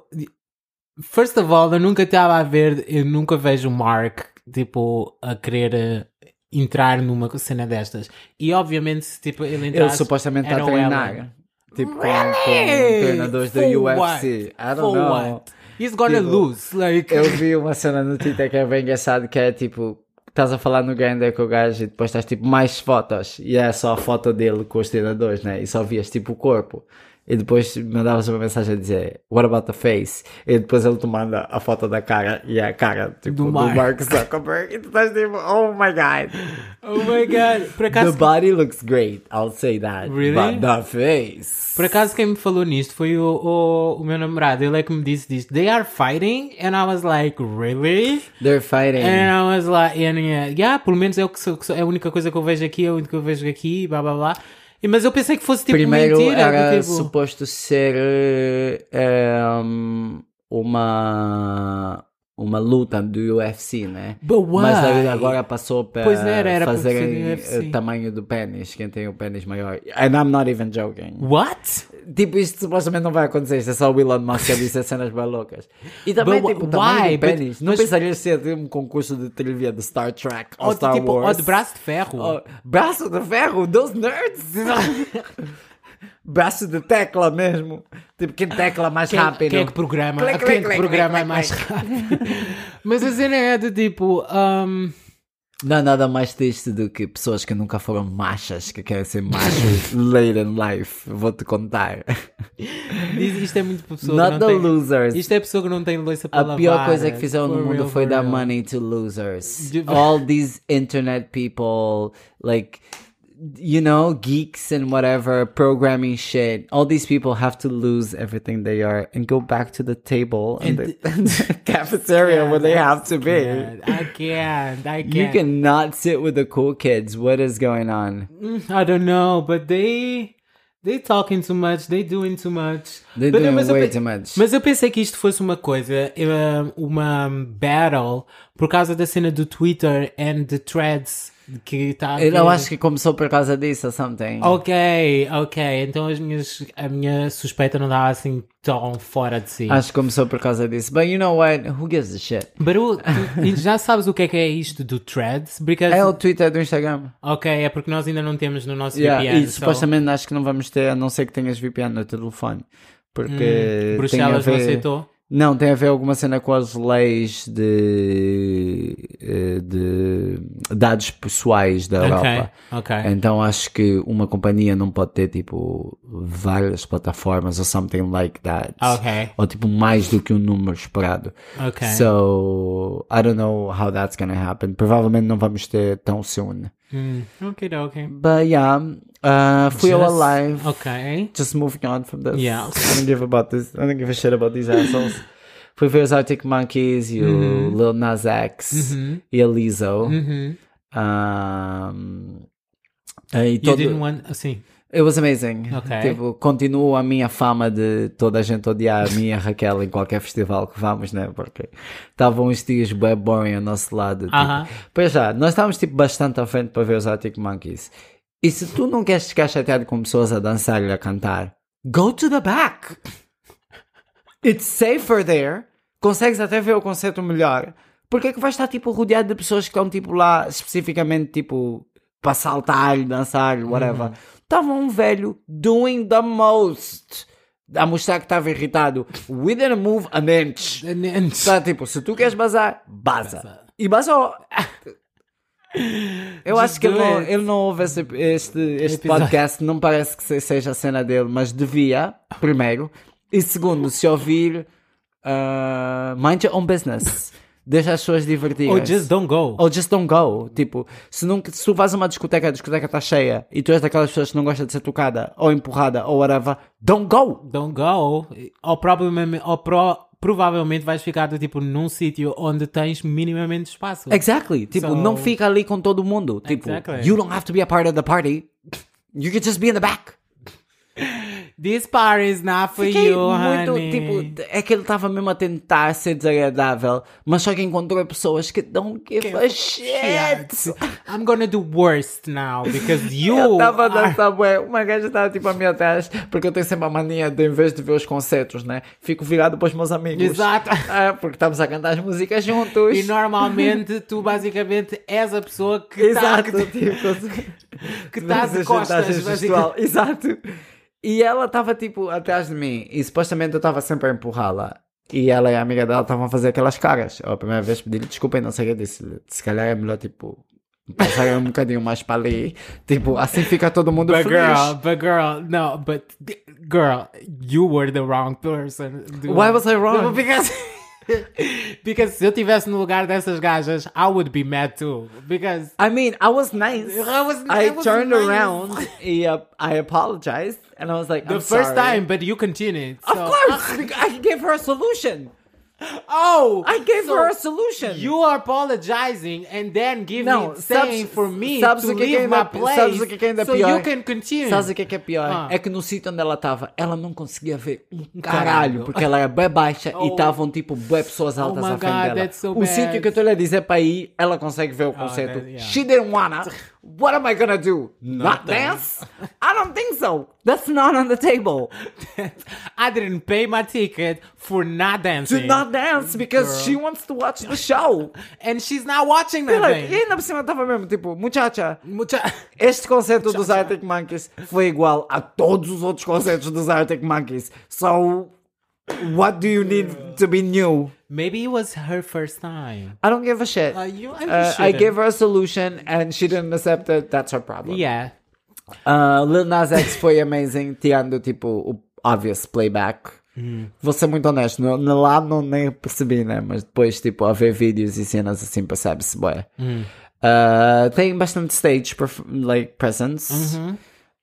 first of all, eu nunca estava a ver, eu nunca vejo o Mark, tipo, a querer eh, entrar numa cena destas. E obviamente, se tipo, ele
Ele
entrasse...
supostamente está
era
a
o
treinar.
Ellen.
Tipo, com,
Really?
com treinadores da
For
UFC.
what?
I don't
For
know.
what? He's gonna
Tipo,
lose, like...
Eu vi uma cena no Twitter que é bem engraçado que é tipo, estás a falar no Grindr com o gajo e depois estás tipo mais fotos e é só a foto dele com os treinadores, né? E só vias tipo o corpo. E depois mandavas uma mensagem a dizer What about the face? E depois ele te manda a foto da cara e a cara tipo,
Do
do,
Mark.
Mark Zuckerberg. E tu estás tipo, oh my god.
Oh my god. Por
The
acaso,
body looks great, I'll say that.
Really?
But the face.
por acaso quem me falou nisto foi o, o, o meu namorado. Ele é que me disse disto. They are fighting. And I was like, really?
They're fighting.
And I was like, and yeah, yeah, pelo menos é, o que sou- que sou- é a única coisa que eu vejo aqui, é o único que eu vejo aqui, blá blá blá. E- Mas eu pensei que fosse tipo
Primeiro
mentira.
era
do tipo,
suposto ser eh, ehm, uma uma luta do UFC, né?
But why?
Mas aí agora passou para
Pois era, era pra ser do
fazerem
UFC.
eh, tamanho do pênis, quem tem o pênis maior. And I'm not even joking.
What?
Tipo, isto supostamente não vai acontecer, isto é só o Elon Musk a dizer cenas malucas. E também,
But
tipo,
why?
o tamanho do
But-
pênis. Não
mas-
pensaria ser de um concurso de trivia de Star Trek ou
Ou de,
Star
tipo, ou
Wars.
de braço de ferro.
Oh, braço de ferro, dos nerds! braço de tecla mesmo. Tipo, quem tecla mais
Quem,
rápido.
quem é que programa?
Clic,
quem é
clic,
que
clic,
programa
clic,
mais
clic, clic.
rápido? Mas a cena é de tipo. um,
Não há nada mais triste do que pessoas que nunca foram machas, que querem ser machos later in life. Vou-te contar.
diz- isto é muito para pessoa
Not
que
the
não tem.
losers.
Isto é pessoa que não tem louça para
A
lavar.
pior coisa que fizeram
For
no mundo
real,
foi
for
dar
real.
money to losers.
De-
All these internet people, like, you know, geeks and whatever, programming shit. All these people have to lose everything they are and go back to the table and,
And
the, cafeteria where they have to be.
I can't, I can't.
You cannot sit with the cool kids. What is going on?
Mm, I don't know, but they they talking too much, they doing too much.
They're
But-
doing
mas eu
way
pe-
too much.
Mas eu pensei que isto fosse uma coisa, eh, uma battle por causa da cena do Twitter and the threads que tá está.
Eu não oh, acho que começou por causa disso or something.
Ok, ok. Então as minhas, a minha suspeita não dá assim tão fora de si.
Acho que começou por causa disso. But you know what? Who gives a shit?
Baru, tu- e já sabes o que é que é isto do threads? Because,
É o Twitter do Instagram.
Ok, é porque nós ainda não temos no nosso
Yeah,
VPN.
e
so-
supostamente acho que não vamos ter, a não ser que tenhas VPN no teu telefone. Porque tem a
Hum, Bruxelas não
ver...
aceitou.
Não, tem a ver alguma cena com as leis de, eh, de dados pessoais da
Ok,
Europa.
ok.
Então acho que uma companhia não pode ter tipo várias plataformas ou something like that.
Ah, Ok.
Ou tipo mais do que um número esperado.
Ok.
So I don't know how that's gonna happen. Provavelmente não vamos ter tão soon.
Hum, ok, ok.
But yeah, uh, fui ao Alive.
Ok.
Just moving on from this.
Yeah.
I don't give about this. I don't give a shit about these assholes. Fui ver os Arctic Monkeys e o
Mm-hmm.
Lil Nas X e a Lizzo.
Uhum.
Um, e
You
todo,
didn't want. Assim.
It was amazing.
Ok.
Tipo, continuo a minha fama de toda a gente odiar a minha Raquel em qualquer festival que vamos, né? Porque estavam os tios bem boring ao nosso lado. tipo,
Aham.
Pois já, nós estávamos tipo bastante à frente para ver os Arctic Monkeys. E se tu não queres ficar chateado com pessoas a dançar e a cantar, go to the back. It's safer there. Consegues até ver o concerto melhor. Porque é que vais estar tipo rodeado de pessoas que estão tipo lá especificamente tipo para saltar, dançar, whatever. Estava um velho doing the most a mostrar que estava irritado. We didn't move an inch.
And- and-
Tá, tipo, se tu queres bazar, baza. E bazou. Eu acho que ele
do
não,
it.
ele não ouve este, este, este
Episódio.
podcast, não parece que se- seja a cena dele, mas devia, primeiro. E segundo, se ouvir, ah, mind your own business. Deixa as pessoas divertidas.
Ou Oh, just don't go.
Ou just don't go. Tipo, se, nunca, se tu vais a uma discoteca, a discoteca está cheia e tu és daquelas pessoas que não gosta de ser tocada ou empurrada ou whatever, don't go.
Don't go. Ou, provavelmente, ou pro- provavelmente vais ficar do tipo num sítio onde tens minimamente espaço.
Exactly. Tipo,
So-
não fica ali com todo mundo. Tipo,
Exactly.
you don't have to be a part of the party. You can just be in the back.
This bar is not for
Fiquei
you,
muito,
honey.
tipo, é que ele estava mesmo a tentar ser desagradável, mas só que encontrou pessoas que don't give a shit.
I'm gonna do worst now because you.
Eu estava a
are...
dançar, bué, uma gaja estava tipo a me atrás, porque eu tenho sempre a mania de, em vez de ver os concertos, né, fico virado para os meus amigos.
Exato.
É, porque estamos a cantar as músicas juntos.
E normalmente tu basicamente és a pessoa que tá está
Exato, tipo,
que tá de
Mas a
costas,
chantagem gestual, Exato. E ela estava tipo atrás de mim e supostamente eu estava sempre a empurrá-la. E ela e a amiga dela estavam a fazer aquelas caras. Eu, a primeira vez pedi-lhe desculpa e não sei o que eu disse. Se calhar é melhor tipo Passaram um bocadinho mais para ali. Tipo, assim fica todo mundo
But
feliz.
girl, but girl, no, but th- girl, you were the wrong person. dude.
Why was I wrong?
Because, because se eu estivesse no lugar dessas gajas, I would be mad too. Because
I mean, I was nice.
I was-
I
I was
turned
nice.
around. Yeah, I apologized, and I was like,
the
I'm
first
sorry.
time, but you continued.
Of
so-
course, I gave her a solution.
Oh,
I gave
so
her a solution.
You are apologizing and then give me
sabes-
saying for me
sabes
to
o que é que
leave
ainda-
my place
sabes o que é que ainda
so
pior?
you can continue.
Sabes o que é, que é pior?
Ah.
É que no sítio onde ela estava, ela não conseguia ver um caralho,
Caralho.
porque ela era bem baixa e
Oh.
estavam tipo bem pessoas altas
my
à frente
God,
dela.
that's so
o sítio
bad. Ah,
que eu estou lhe a dizer para ir, ela consegue ver o concerto.
that- yeah.
She didn't wanna. What am I gonna do? Not dance? I don't think so. That's not on the table.
I didn't pay my ticket for not
Do
dancing.
not dance because
Girl. Tá
she wants to watch the show.
And she's not watching
E
that
like, e
thing.
ainda por cima estava mesmo tipo, muchacha,
Mucha-
Este concerto dos Arctic Monkeys foi igual a todos os outros concertos dos Arctic Monkeys. So, what do you need to be new?
Maybe it was her first time.
I don't give a shit.
Uh, you, I,
Uh, I gave her a solution and she didn't accept it. That's her problem.
Yeah.
Uh, Lil Nas X foi amazing, tirando tipo o obvious playback. Vou ser muito honesto, no- no- lá não nem percebi, né? Mas depois, tipo, a ver vídeos e cenas assim, percebe-se, boé.
Hum.
tem bastante stage perf- like, presence.
Uhum.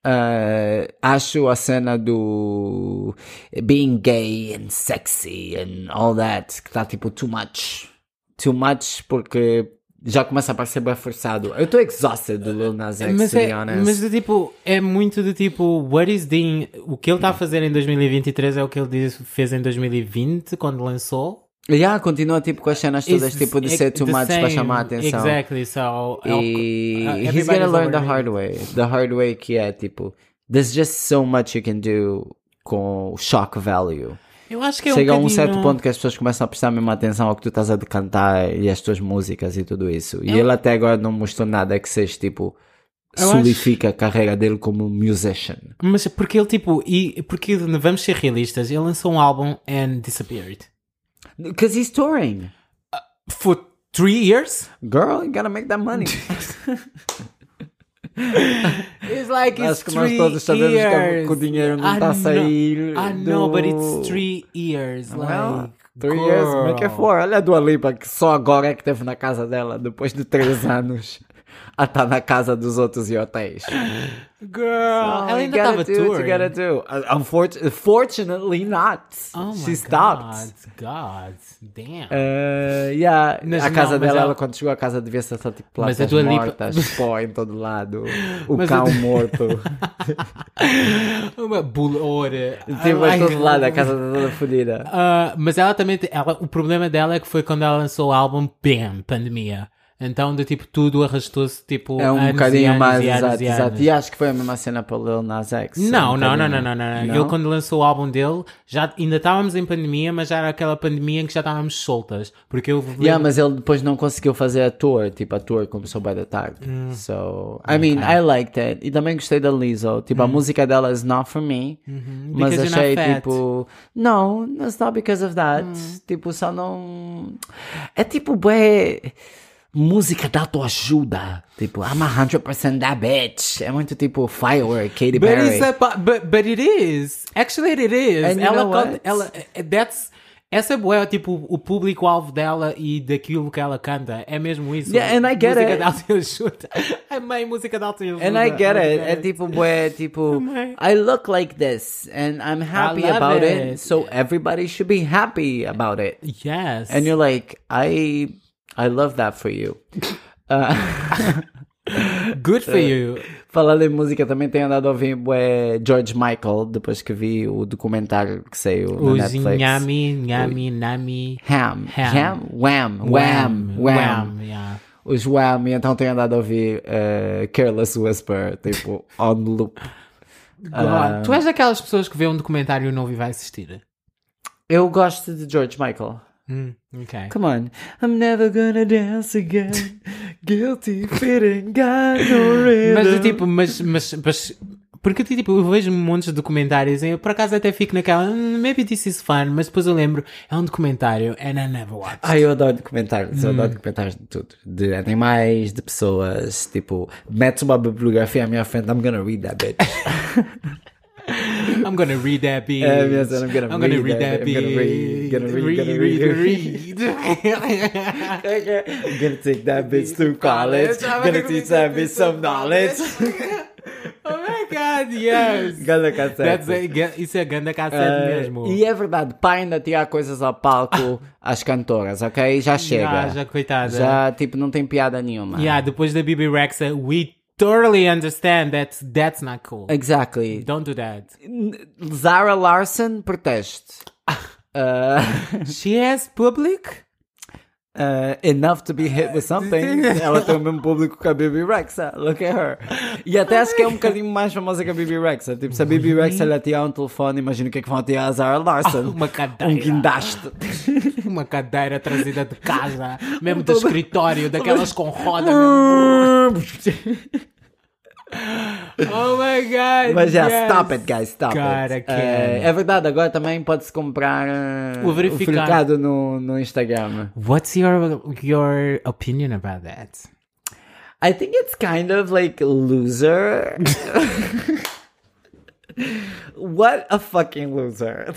Uh, acho a cena do being gay and sexy and all that, que tá tipo too much. Too much, porque já começa a parecer bem forçado. Eu estou exhausted do Lil Nas X,
Mas,
to be
é,
honest.
mas do tipo, é muito do tipo, what is the. O que ele está a fazer em 2023 é o que ele disse- fez em 2020, quando lançou.
Yeah, continua tipo com as cenas todas,
It's
tipo de
ex-
ser too
the
much para
same.
chamar a atenção.
Exactly, so. é o que-
E
Uh,
he's gonna
everybody's
learn the
overrated.
hard way. The hard way que é tipo, there's just so much you can do com o shock value.
Eu acho que é
Chega a
um
um certo
bocadinho-
ponto que as pessoas começam a prestar mesmo atenção ao que tu estás a cantar e as tuas músicas e tudo isso. E ele até agora não mostrou nada que seja tipo,
É um Eu acho-
solidifica a carreira dele como musician.
Mas porque ele, tipo, e porque vamos ser realistas, ele lançou um álbum and disappeared.
Because he's touring.
For three years?
Girl, you gotta make that money.
It's Ah, like
Acho que nós todos sabemos que o dinheiro não está a sair.
I
do...
know, Ah, but it's three years.
Well,
Like,
three years, como é que é
girl.
fora? Olha a Dua Lipa, que só agora é que teve na casa dela, depois de três anos, a estar na casa dos outros e hotéis.
Girl, ela ainda
You gotta
estava
do what
touring.
you gotta do. Uh, unfor- Fortunately not.
Oh my
She stopped.
God, God, damn. Ah,
Uh, yeah,
Mas
a casa
não, mas
dela,
ela-
ela quando chegou à casa devia ser só tipo
Mas a
plantas
Dua Lipa-
mortas, pó em todo lado, o
Mas a
cão
Dua-
morto.
Uma bulora.
Tipo, em todo lado, a casa tá toda fodida.
Ah, mas ela também. te- Ela, o problema dela é que foi quando ela lançou o álbum, bam, pandemia. Então, do tipo, tudo arrastou-se, tipo,
É um
anos e
bocadinho
anos
mais,
e anos
exato,
e
exato.
anos.
E acho que foi a mesma cena para o Lil Nas X.
Não,
um
não,
bocadinho.
não, não, não, não,
Não?
não. Ele quando lançou o álbum dele, já, ainda estávamos em pandemia, mas já era aquela pandemia em que já estávamos soltas. Porque eu
Yeah, mas ele depois não conseguiu fazer a tour, tipo, a tour começou bem da tarde. So, I mean, I liked it. E também gostei da Lizzo. Tipo, a música dela is not for me. Mas
Uhum. Because you're
achei,
not fat. Uhum.
tipo, não, it's not because of that. Tipo, só não. É tipo, bué. Música da autoajuda. Tipo, I'm 100% that bitch. É muito tipo Firework, Katy
But,
Perry.
it's a, pa- but, but it is. Actually, it is.
And you
ela,
know
canta-
what?
ela, eh, that's, essa é boa, tipo, o público-alvo dela e daquilo que ela canta. É mesmo isso.
Yeah, and I get
música
it.
de autoajuda. Amei música de autoajuda.
And I get it.
I
É tipo, bué, tipo,
Mãe.
I look like this and I'm happy
love
about it.
it.
So everybody should be happy about it.
Yes.
And you're like, I I love that for you.
Good
Uh,
for you.
Falando em música, também tenho andado a ouvir bué, George Michael depois que vi o documentário que saiu no
Os
Netflix.
Inhami, Nhami, Nami.
Ham.
Ham.
Ham. Wham. Wham. Wham.
yeah.
Os Wham. E então tenho andado a ouvir eh, Careless Whisper, tipo, on loop.
God.
Um,
Tu és daquelas pessoas que vê um documentário novo e vai assistir.
Eu gosto de George Michael.
Hum, ok.
Come on. I'm never gonna dance again. Guilty feeling got no rhythm.
Mas do tipo, mas, mas, mas Porque tipo, eu vejo montes de documentários e eu por acaso até fico naquela, "Hmm, maybe this is fun, mas depois eu lembro, é um documentário and I never watched.
Ah, eu adoro documentários, eu adoro documentários de tudo. De animais, de pessoas, tipo, metes uma bibliografia à minha frente, I'm gonna read that bitch.
I'm gonna read that bitch.
É, minha cena, I'm gonna
I'm gonna
read
read
that
that
bitch.
bitch.
I'm gonna read, gonna read, gonna
read, read.
I'm gonna take that bitch to college, gonna teach that bitch some knowledge.
oh my god, yes.
Ganda cacete.
That's a, ga- isso é ganda cacete
Ah,
mesmo.
E é verdade, parem de tirar coisas ao palco às cantoras, ok? Já
Ah,
chega.
já, coitada.
Já, tipo, não tem piada nenhuma.
Yeah, ah, depois da Bibi Rexa, eh, we totally understand that that's not cool.
Exactly.
Don't do that.
Zara Larson, proteste. Ah,
She has public?
Uh, enough to be hit with something. Ela tem o mesmo público que a Bibi Rexa. Look at her. E até acho que é um bocadinho mais famosa que a Bibi Rexa. Tipo, se a Bibi Rexa lhe atirar um telefone, imagina o que é que vão atirar a Zara Larson.
Uma
um
cadeira.
guindaste.
Uma cadeira trazida de casa, mesmo do escritório, daquelas com roda. mesmo. Oh my god.
Mas já,
yes.
stop it, guys, stop
Cara,
it.
que-
Eh, é verdade, agora também pode-se comprar eh,
O verificado.
o verificado no, no Instagram.
What's your your opinion about that?
I think it's kind of like loser. What a fucking loser.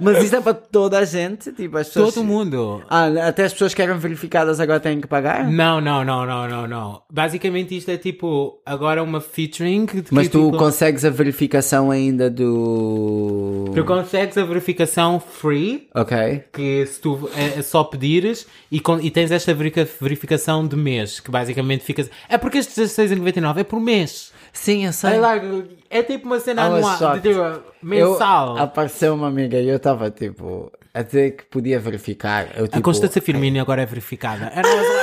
Mas isto é para toda a gente, tipo, as pessoas...
Todo mundo.
Ah, até as pessoas que eram verificadas agora têm que pagar?
Não, não, não, não, não, não. Basicamente isto é tipo agora uma featuring. de que,
Mas tu
tipo,
consegues a verificação ainda do...
tu consegues a verificação free
Ok.
que se tu é, é só pedires e, con- e tens esta verica- verificação de mês que basicamente fica é porque este 16,99 é por mês
Sim, eu sei.
é, lá, é tipo uma cena
I was
anual de,
shocked.
tipo, mensal
Eu, apareceu uma amiga e eu estava tipo a dizer que podia verificar. Eu, tipo,
a Constância Firmino agora é verificada and I was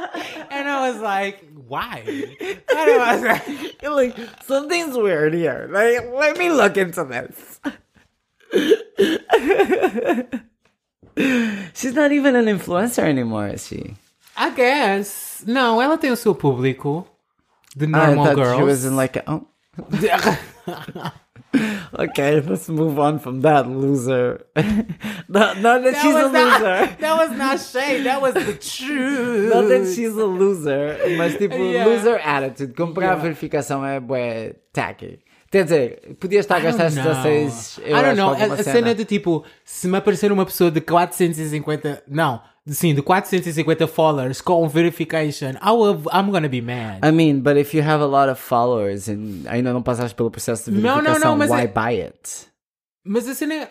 like and I was like why and I was like,
like, something's weird here. Like, let me look into this. She's not even an influencer anymore, is she?
I guess não ela tem o seu público de
I
normal
thought Ah, she
girls
was in like a, oh. Okay, let's move on from that loser. not, not that, she's a
was not-
loser.
that was not shade that was the truth
Not that she's a loser, mas tipo,
Yeah.
loser attitude. Comprar a verificação é bué tacky. Quer dizer, podias estar a gastar esses 16 euros
I don't know.
com alguma
A, a cena de tipo, se me aparecer uma pessoa de 450, não, de- sim, de 450 followers com verification, I will, I'm gonna be mad.
I mean, but if you have a lot of followers and ainda não passaste pelo processo de
Não, não,
verificação,
não, mas
why
é-
buy it?
Mas a cena é-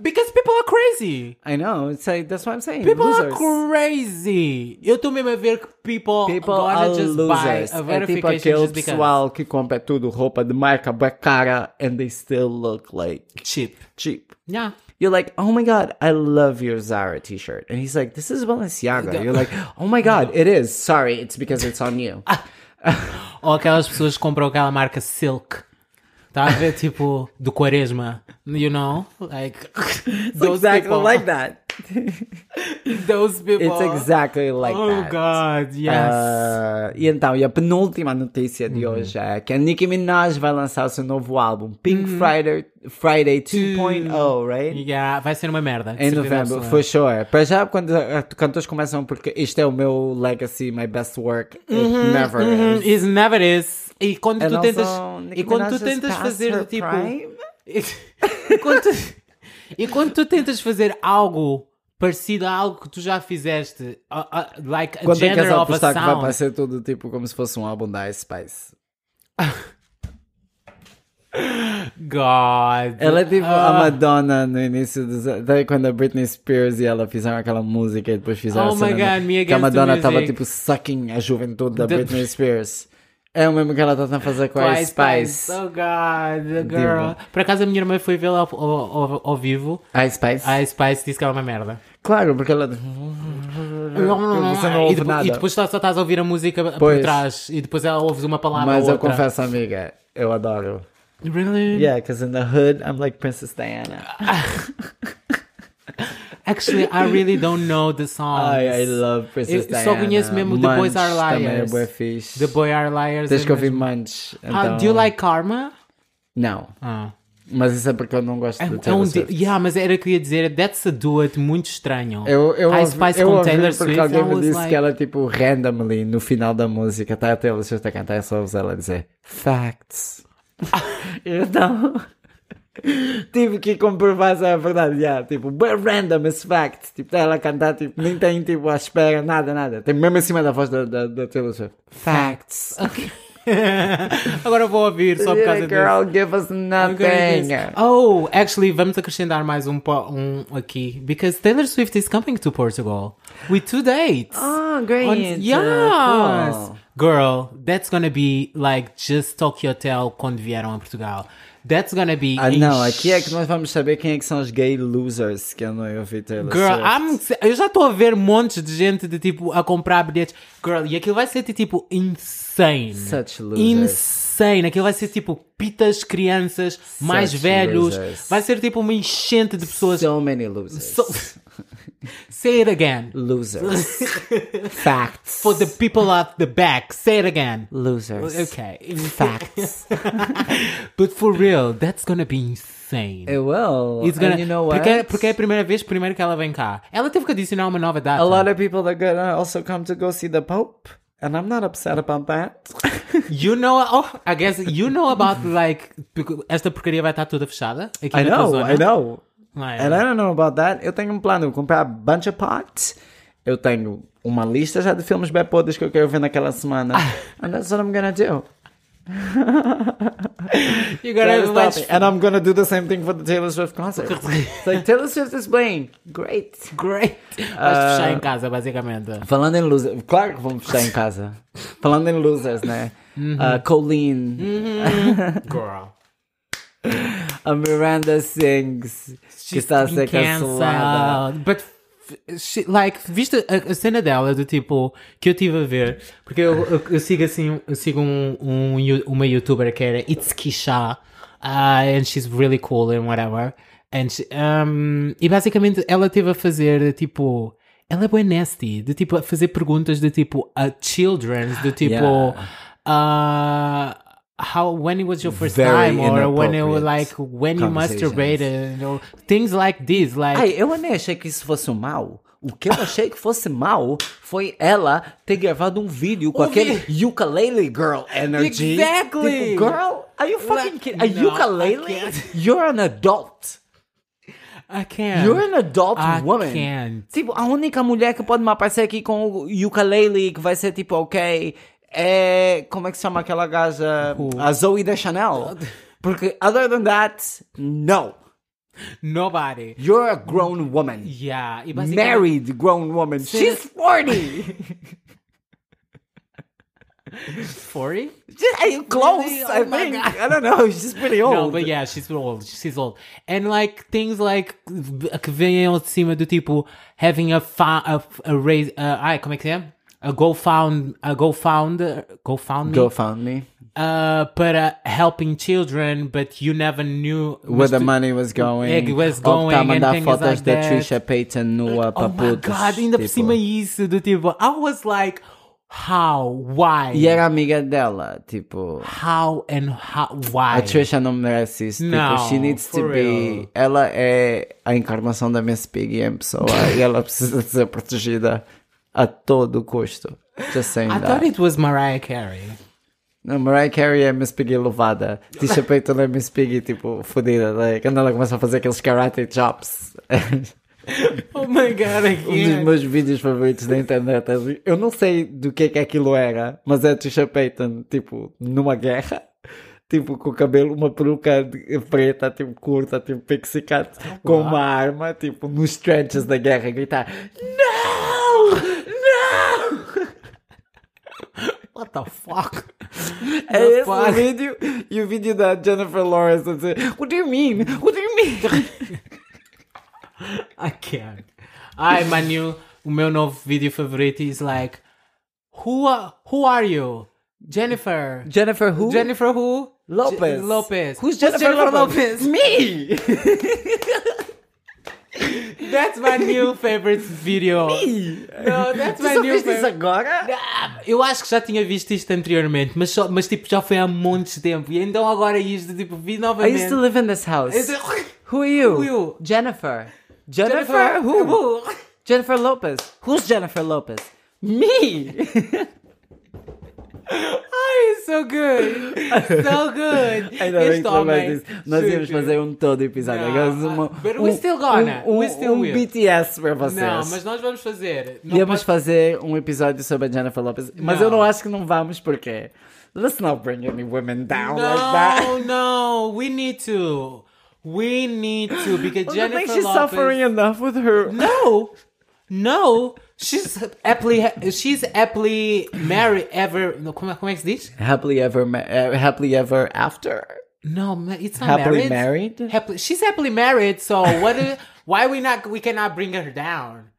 because people are crazy.
I know, it's like, that's what I'm saying.
People
losers.
are crazy. Eu estou mesmo a ver que people,
People
gonna
are
just
losers.
buy a
É tipo
verification
aquele
just because.
pessoal que compra tudo roupa de marca bué cara and they still look like
Cheap.
cheap.
Yeah.
You're like, oh my god, I love your Zara t-shirt. And he's like, this is Balenciaga. You're like, oh my god, it is. Sorry, it's because it's on you.
Ou aquelas pessoas que compram aquela marca Silk. Está a ver, tipo, do Quaresma. You know? Like, those
exactly
people.
like that.
Those people.
It's exactly like
oh
that.
God, yes.
Ah, e então, e a penúltima notícia
Uhum.
de hoje é que a Nicki Minaj vai lançar o seu novo álbum, Pink
Uhum.
Friday, Friday 2.0, right?
Yeah, ah, vai ser uma merda. de
Em
certeza
novembro,
absoluta.
for sure. Para já, quando ah, cantores começam, porque isto é o meu legacy, my best work, it never
Hum,
is.
Is never is. E quando
And
tu tentas,
also, Nicki
e quando tu
Minaj has
tentas
passed
fazer
her
do tipo.
prime.
E, e quando tu, e quando tu tentas fazer algo parecido a algo que tu já fizeste, a- a- like a
Quando é que
genre
essa
of a
apostar que vai
sound.
parecer tudo tipo como se fosse um álbum da Ice Spice?
God.
Ela é tipo a
Ah.
Madonna no início dos até quando a Britney Spears e ela fizeram aquela música e depois fizeram
Oh
a cena
my God,
no-
Me
que a
Against
Madonna
the
estava
Music.
tipo sucking a juventude da
The-
Britney Spears. É o mesmo que ela está a fazer com a
Twice
Ice Spice.
Oh God, girl. Por acaso a minha irmã foi vê-la ao, ao- ao- ao vivo.
Ice Spice?
A Spice disse que ela é uma merda.
Claro, porque ela. Você não
e,
ouve
depo-
nada.
e depois só, só estás a ouvir a música
Pois.
por trás e depois ela ouves uma palavra
Mas
ou
eu
Ah, outra.
confesso, amiga, eu adoro.
Really?
Yeah, because in the hood I'm like Princess Diana.
Actually, I really don't know the songs.
Ai, I love Princess
Ah, Eu
Diana.
só conheço mesmo The Boys
Munch
Are
Também é
Liars.
bué fixe.
The Boy Are Liars.
Tens
é
que ouvir
mesmo-
Munch.
Ah,
então-
do you like Karma?
Não,
Ah.
mas isso é porque eu não gosto
É,
de
é
Taylor
um di-
Swift.
yeah, mas era o que eu ia dizer, that's a duet muito estranho.
Eu, eu
High
ouvi,
Spice
eu
com
ouvi
Taylor
porque
Swift,
alguém
I
me
was
disse
like-
que ela, tipo, randomly, no final da música, tá, está a Taylor Swift a cantar e só ouves ela dizer facts. então, tive que comprovar se é a verdade. já, tipo, but random as fact. Tipo, está ela a cantar, tipo, nem tem, tipo, à espera, nada, nada. Tem mesmo acima da voz da, da, da Taylor Swift. Facts.
Agora vou ouvir só por causa disso.
Girl, give us
I'm gonna do
nothing.
this. Oh, actually, vamos acrescentar mais um, po- um aqui. Because Taylor Swift is coming to Portugal with two dates.
Oh, great.
On-
Uh,
yes.
cool.
Girl, that's gonna be like just Tokyo Hotel quando vieram a Portugal. That's gonna be.
Ah,
em
não, aqui é que nós vamos saber quem é que são os gay losers que é andam a ouvir Taylor
Girl,
Swift.
I'm, eu já estou a ver montes de gente de tipo a comprar bilhetes. Girl, e aquilo vai ser de, tipo insane.
Such losers.
Insane. Aquilo vai ser tipo pitas, crianças, mais
Such
velhos.
losers.
Vai ser tipo uma enchente de pessoas.
So many losers.
So- say it again.
Losers. Facts.
For the people at the back, say it again.
Losers.
Okay.
Facts.
But for real, that's gonna be insane.
It will.
It's gonna-
Eh, And you know what?
Porque, porque é a primeira vez, primeiro que ela vem cá. Ela teve que adicionar uma nova data.
a lot of people are gonna also come to go see the Pope. And I'm not upset about that.
You know, oh, I guess you know about like porque esta porcaria vai estar toda fechada aqui
I
na tua
know,
zona.
I know.
Like,
And I don't know about that. Eu tenho um plano, comprar bunch of pots. Eu tenho uma lista já de filmes bem podres que eu quero ver naquela semana. And that's what I'm gonna do.
you
Try
gotta
to
watch-
stop me. And I'm gonna do the same thing for the Taylor Swift concert. It's like Taylor Swift is playing. Great.
great. Vais
Uh,
fechar em casa basicamente.
Falando em losers, claro que vamos estar em casa. Falando em losers, né? A Colleen,
Girl.
a Miranda Sings, que está a
been
ser cancelada.
cancelled. But f- she, like, viste a, a cena dela do tipo que eu tive a ver, porque eu, eu, eu sigo assim, eu sigo um, um yo- uma youtuber que era It's Kisha, ah, and she's really cool and whatever. And she- um, e basicamente ela teve a fazer tipo. Ela é bem nasty, de tipo a fazer perguntas de tipo a children's, de tipo.
Yeah.
ah, how when it was your first
Very
time or when it was
inappropriate
like when you
conversations.
masturbated or things like this like
Ai, eu nem achei que isso fosse um mal. O que eu achei que fosse mal foi ela ter gravado um vídeo com
O
aquele
vi-
ukulele girl energy.
Exactly.
Tipo, girl, are you fucking
Like,
kidding? A
no, I
ukulele?
can't.
You're an adult.
I can't
You're an adult
I
woman.
can't.
Tipo, a única mulher que pode me aparecer aqui com o ukulele que vai ser tipo, ok, é. Como é que se chama aquela gaja? A Zoe da Chanel. Porque, other than that, no.
nobody
You're a grown woman.
yeah e basicamente-
Married grown woman. She's 40.
40
She's close,
Really? Oh
I
my
think.
God.
I don't know. She's pretty old.
No, but yeah, she's old. She's old. And like things like que vêm ao de cima do tipo having a fa a, a raise uh, ai, como é que é? A GoFound, a GoFound, GoFound,
GoFundMe.
uh, para helping children, but you never knew
Where
mas
the
tu-
money was going.
Egg was
Ou que tá a
going
mandar
and things
fotos
like
da
that.
Trisha Paytas nua para
Oh my
putos.
god, ainda por
tipo.
cima isso do tipo, I was like, how, why,
E era amiga dela, tipo.
how and how, why?
A Trisha não merece isso.
Não,
tipo, she needs to
for
be.
real.
Ela é a encarnação da Miss Piggy em pessoa e ela precisa de ser protegida a todo custo. Just saying
I
that.
thought it was Mariah Carey.
Não, Mariah Carey é Miss Piggy louvada. Tisha Payton é Miss Piggy, tipo, fodida. Like, quando ela começa a fazer aqueles karate chops.
Oh my god,
um
I
dos
can't.
meus vídeos favoritos da internet. é Eu não sei do que é que aquilo era, mas é a Tisha Payton, tipo, numa guerra. Tipo, com o cabelo, uma peruca de- preta, tipo, curta, tipo, pixie cut, com uma arma, tipo, nos trenches da guerra, gritar Não! Não!
What the fuck?
É esse o
Rapaz.
vídeo e o vídeo da Jennifer Lawrence a dizer What do you mean? What do you mean?
I can't. Ai, Manu, o meu novo vídeo favorito is like, who are, who are you? Jennifer.
Jennifer who?
Jennifer who?
Lopez.
Je- Lopez.
Who's Jennifer, Lopez? Me!
That's my new favorite video. No, that's
Tu
my
só
new
viste isso
favorite.
agora?
ah, Eu acho que já tinha visto isto anteriormente, mas, só, mas tipo, já foi há montes de tempo. E então agora isto, tipo, vi
I
novamente.
used to live in this house.
Então-
Who are you?
Who you?
Jennifer. Jennifer? Who? Jennifer Lopez. Who's Jennifer Lopez? Me!
Ai, so good! So good!
Ainda bem que lembras disso. Nós
Juro.
íamos fazer um todo episódio.
Não,
Agora uma,
but
um,
we still gonna.
um,
We still
um
will.
BTS para vocês.
Não, mas nós vamos fazer. Não
Íamos
pode-
fazer um episódio sobre a Jennifer Lopez, mas
Não.
eu não acho que não vamos porque. Let's not bring any women down like that.
No, no, we need to. We need to because
Don't you think
Jennifer
she's
Lopez.
suffering enough with her?
No, no, she's happily she's happily married ever. No, como, é- como é que se diz?
Happily ever, ma- uh, happily ever after.
No, ma- it's not
Happily
married.
married.
Happily, she's happily married. So what? do- why we not? We cannot bring her down.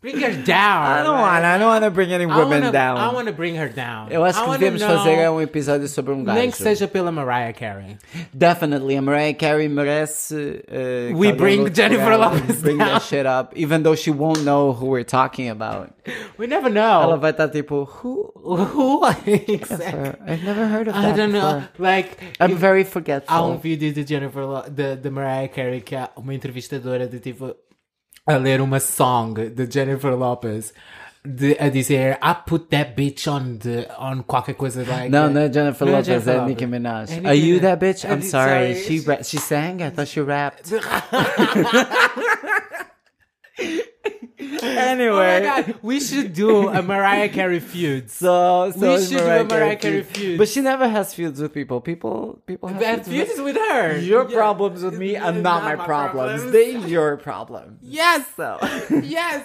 Bring her down.
I don't
like-
want. I don't want to bring any
I
women
wanna-
down.
I want to bring her down.
Eu acho
I
que
wanna
devemos
know-
fazer é um episódio sobre um gajo.
Nem que seja pela Mariah Carey.
Definitely, a Mariah Carey merece. Uh, que alguém
We bring
lute por
Jennifer
ela.
Lopez
Bring
down.
that shit up, even though she won't know who we're talking about.
We never know.
Ela vai estar tipo, who?
Who? exactly.
I've never heard of that.
I don't know.
before.
Like,
I'm
if-
very forgetful.
há um vídeo de Jennifer, Lo- de, de Mariah Carey, que há uma entrevistadora de tipo a ler uma song de Jennifer Lopez de, a dizer I put that bitch on the on qualquer coisa like
No,
that."
no, Jennifer
Não é
Lopez,
Jennifer
é
Lopez.
Nicki Minaj.
É Nicki
Are you
Minaj.
that bitch?
É
I'm
Nicki-
sorry.
sorry.
She ra- she sang. I thought she rapped.
Oh my
anyway,
god, we should do a Mariah Carey feud.
so so
We
is
should do a
Mariah
Mariah
Carey
Carey
feud.
feud.
but she never has feuds with people. People people have
That
feuds with
feud is with her.
Your
Yeah.
problems with me are not, my problems. They your problems.
Yes,
So
yes.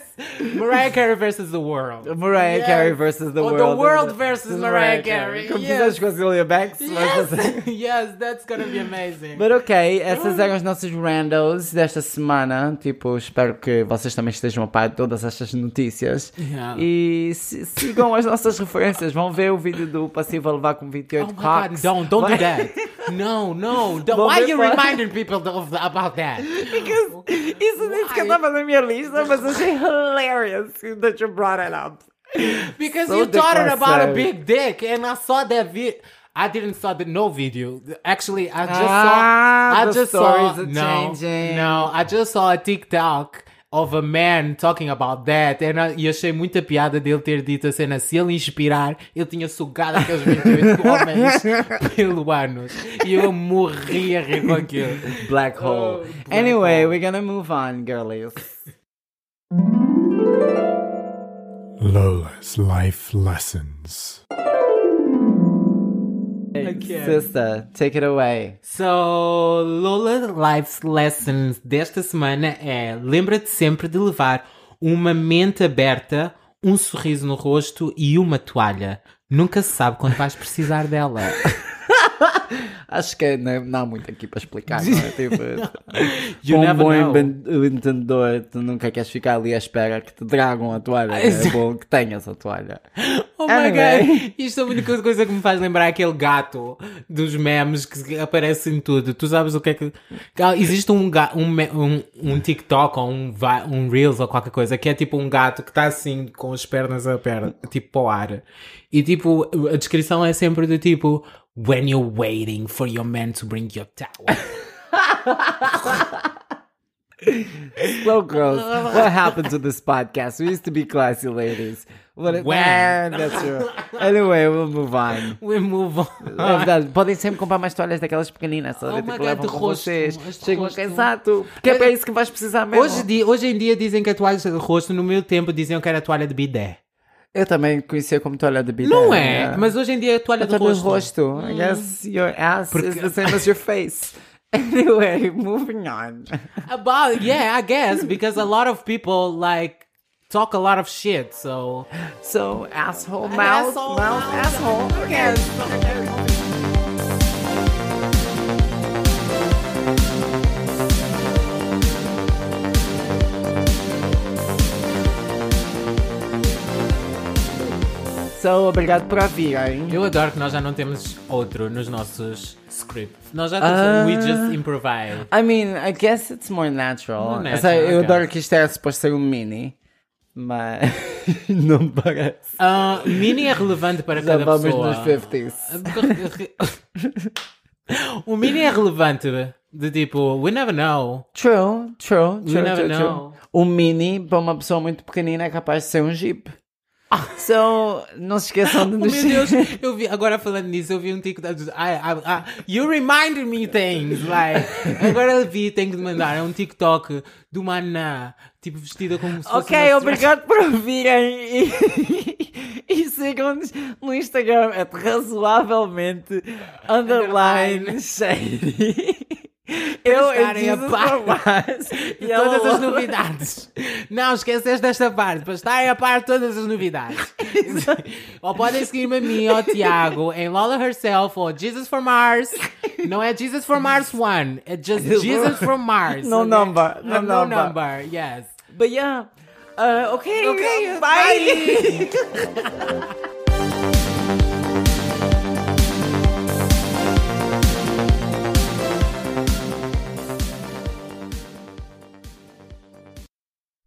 Mariah Carey versus the world.
Mariah
Yes.
Carey versus the
Or
world.
the world versus Mariah Carey.
Como
Yes.
fizeste com a Celia Banks. mas-
Yes, yes, that's gonna be amazing.
But ok, essas eram as nossas randos desta semana. Tipo, espero que vocês também estejam a par de todas estas notícias.
Yeah.
E si- sigam as nossas referências. Vão ver o vídeo do Passivo a levar com 28
Oh my
cocks.
god, don't don't do
Vai-
that. No, no. Don't,
Well,
why are you
before-
reminding people of the, about that?
Isso nem sequer
Why?
estava na minha lista, mas achei hilarious that you brought it up.
Because
So
you thought it about a
depressing.
big dick and I saw that video. I didn't saw the no video. Actually, I just
Ah,
saw I
the
just saw
stories are
no,
changing.
no, I just saw a TikTok of a man talking about that and I, e achei muita piada dele ter dito a cena se ele inspirar, ele tinha sugado aqueles 28 homens pelo ânus. E eu morri a rir com aquilo.
Oh, Black hole.
black
anyway,
hole.
we're gonna move on, girlies.
Lola's Life Lessons.
Okay.
Sister, take it away.
So, Lola Life's Lessons desta semana é: lembra-te sempre de levar uma mente aberta, um sorriso no rosto e uma toalha. Nunca se sabe quando vais precisar dela.
Acho que não, não há muito aqui para explicar, não é? Tipo,
You
com um
never
bom
know.
emben- entendedor, tu nunca queres ficar ali à espera que te tragam a toalha. É bom que tenhas a toalha.
Oh my
Anyway.
god! Isto é a única coisa que me faz lembrar aquele gato dos memes que aparece em tudo. Tu sabes o que é que. Ah, Existe um, ga- um, me- um, um TikTok ou um, va- um Reels ou qualquer coisa que é tipo um gato que está assim com as pernas a perna, tipo para o ar. E tipo, a descrição é sempre do tipo: When you're waiting for your man to bring your towel.
So gross. What happened to this podcast? We used to be classy ladies. What it,
When?
Man, that's true. Anyway, we'll move on.
We move on.
É verdade, podem sempre comprar mais toalhas daquelas pequeninas, sabe?
Ah. Oh
tipo,
my God,
levam
de
com
rosto,
vocês.
este
Chegam
rosto.
cansato. Porque é para isso que vais precisar mesmo.
Hoje, di- hoje em dia dizem que a toalha de rosto, no meu tempo diziam que era a toalha de bidé.
Eu também conhecia como toalha de bidé.
Não é?
né?
Mas hoje em dia é a toalha,
Eu tô
do
no
rosto.
rosto. I guess your ass is the same as your face. Anyway, moving on.
About yeah, I guess because a lot of people like talk a lot of shit. So
So, asshole, mouth,
asshole,
mouth,
mouth.
asshole. Yes. atenção, obrigado por virem.
Eu adoro que nós já não temos outro nos nossos scripts. Nós já
Ah.
temos. We just improvise.
I mean, I guess it's more natural.
More
Eu
natural,
sei, eu
I
adoro
guess.
que isto é suposto ser um mini, mas não parece.
Ah, mini é relevante para
Já
cada
vamos
pessoa.
nos 50s.
o mini é relevante. De tipo, we never know.
True, true, true,
never
true, true.
know.
O mini, para uma pessoa muito pequenina, é capaz de ser um jeep. So, não se esqueçam de
Oh,
nos...
meu Deus, eu vi, agora falando nisso, eu vi um TikTok. dos- Ai, ai, ai, you reminded me things. Like, agora eu vi, tenho que mandar. É um TikTok de uma anã, tipo vestida como se fosse.
Ok,
uma-
obrigado por ouvirem e, e sigam-nos no Instagram, é razoavelmente underline
Underline.
shady. Eu é
estarem a
Jesus
par
Tomás
de todas as novidades. Não esqueces desta parte, para estarem a par de todas as novidades. ou podem seguir-me a mim ou ao Tiago em Lola Herself ou Jesus for Mars. Não é Jesus for Mars 1, é just Jesus for Mars.
No
ok?
number, no
no
number.
number, yes.
But yeah, uh, okay,
Okay,
bye.
bye.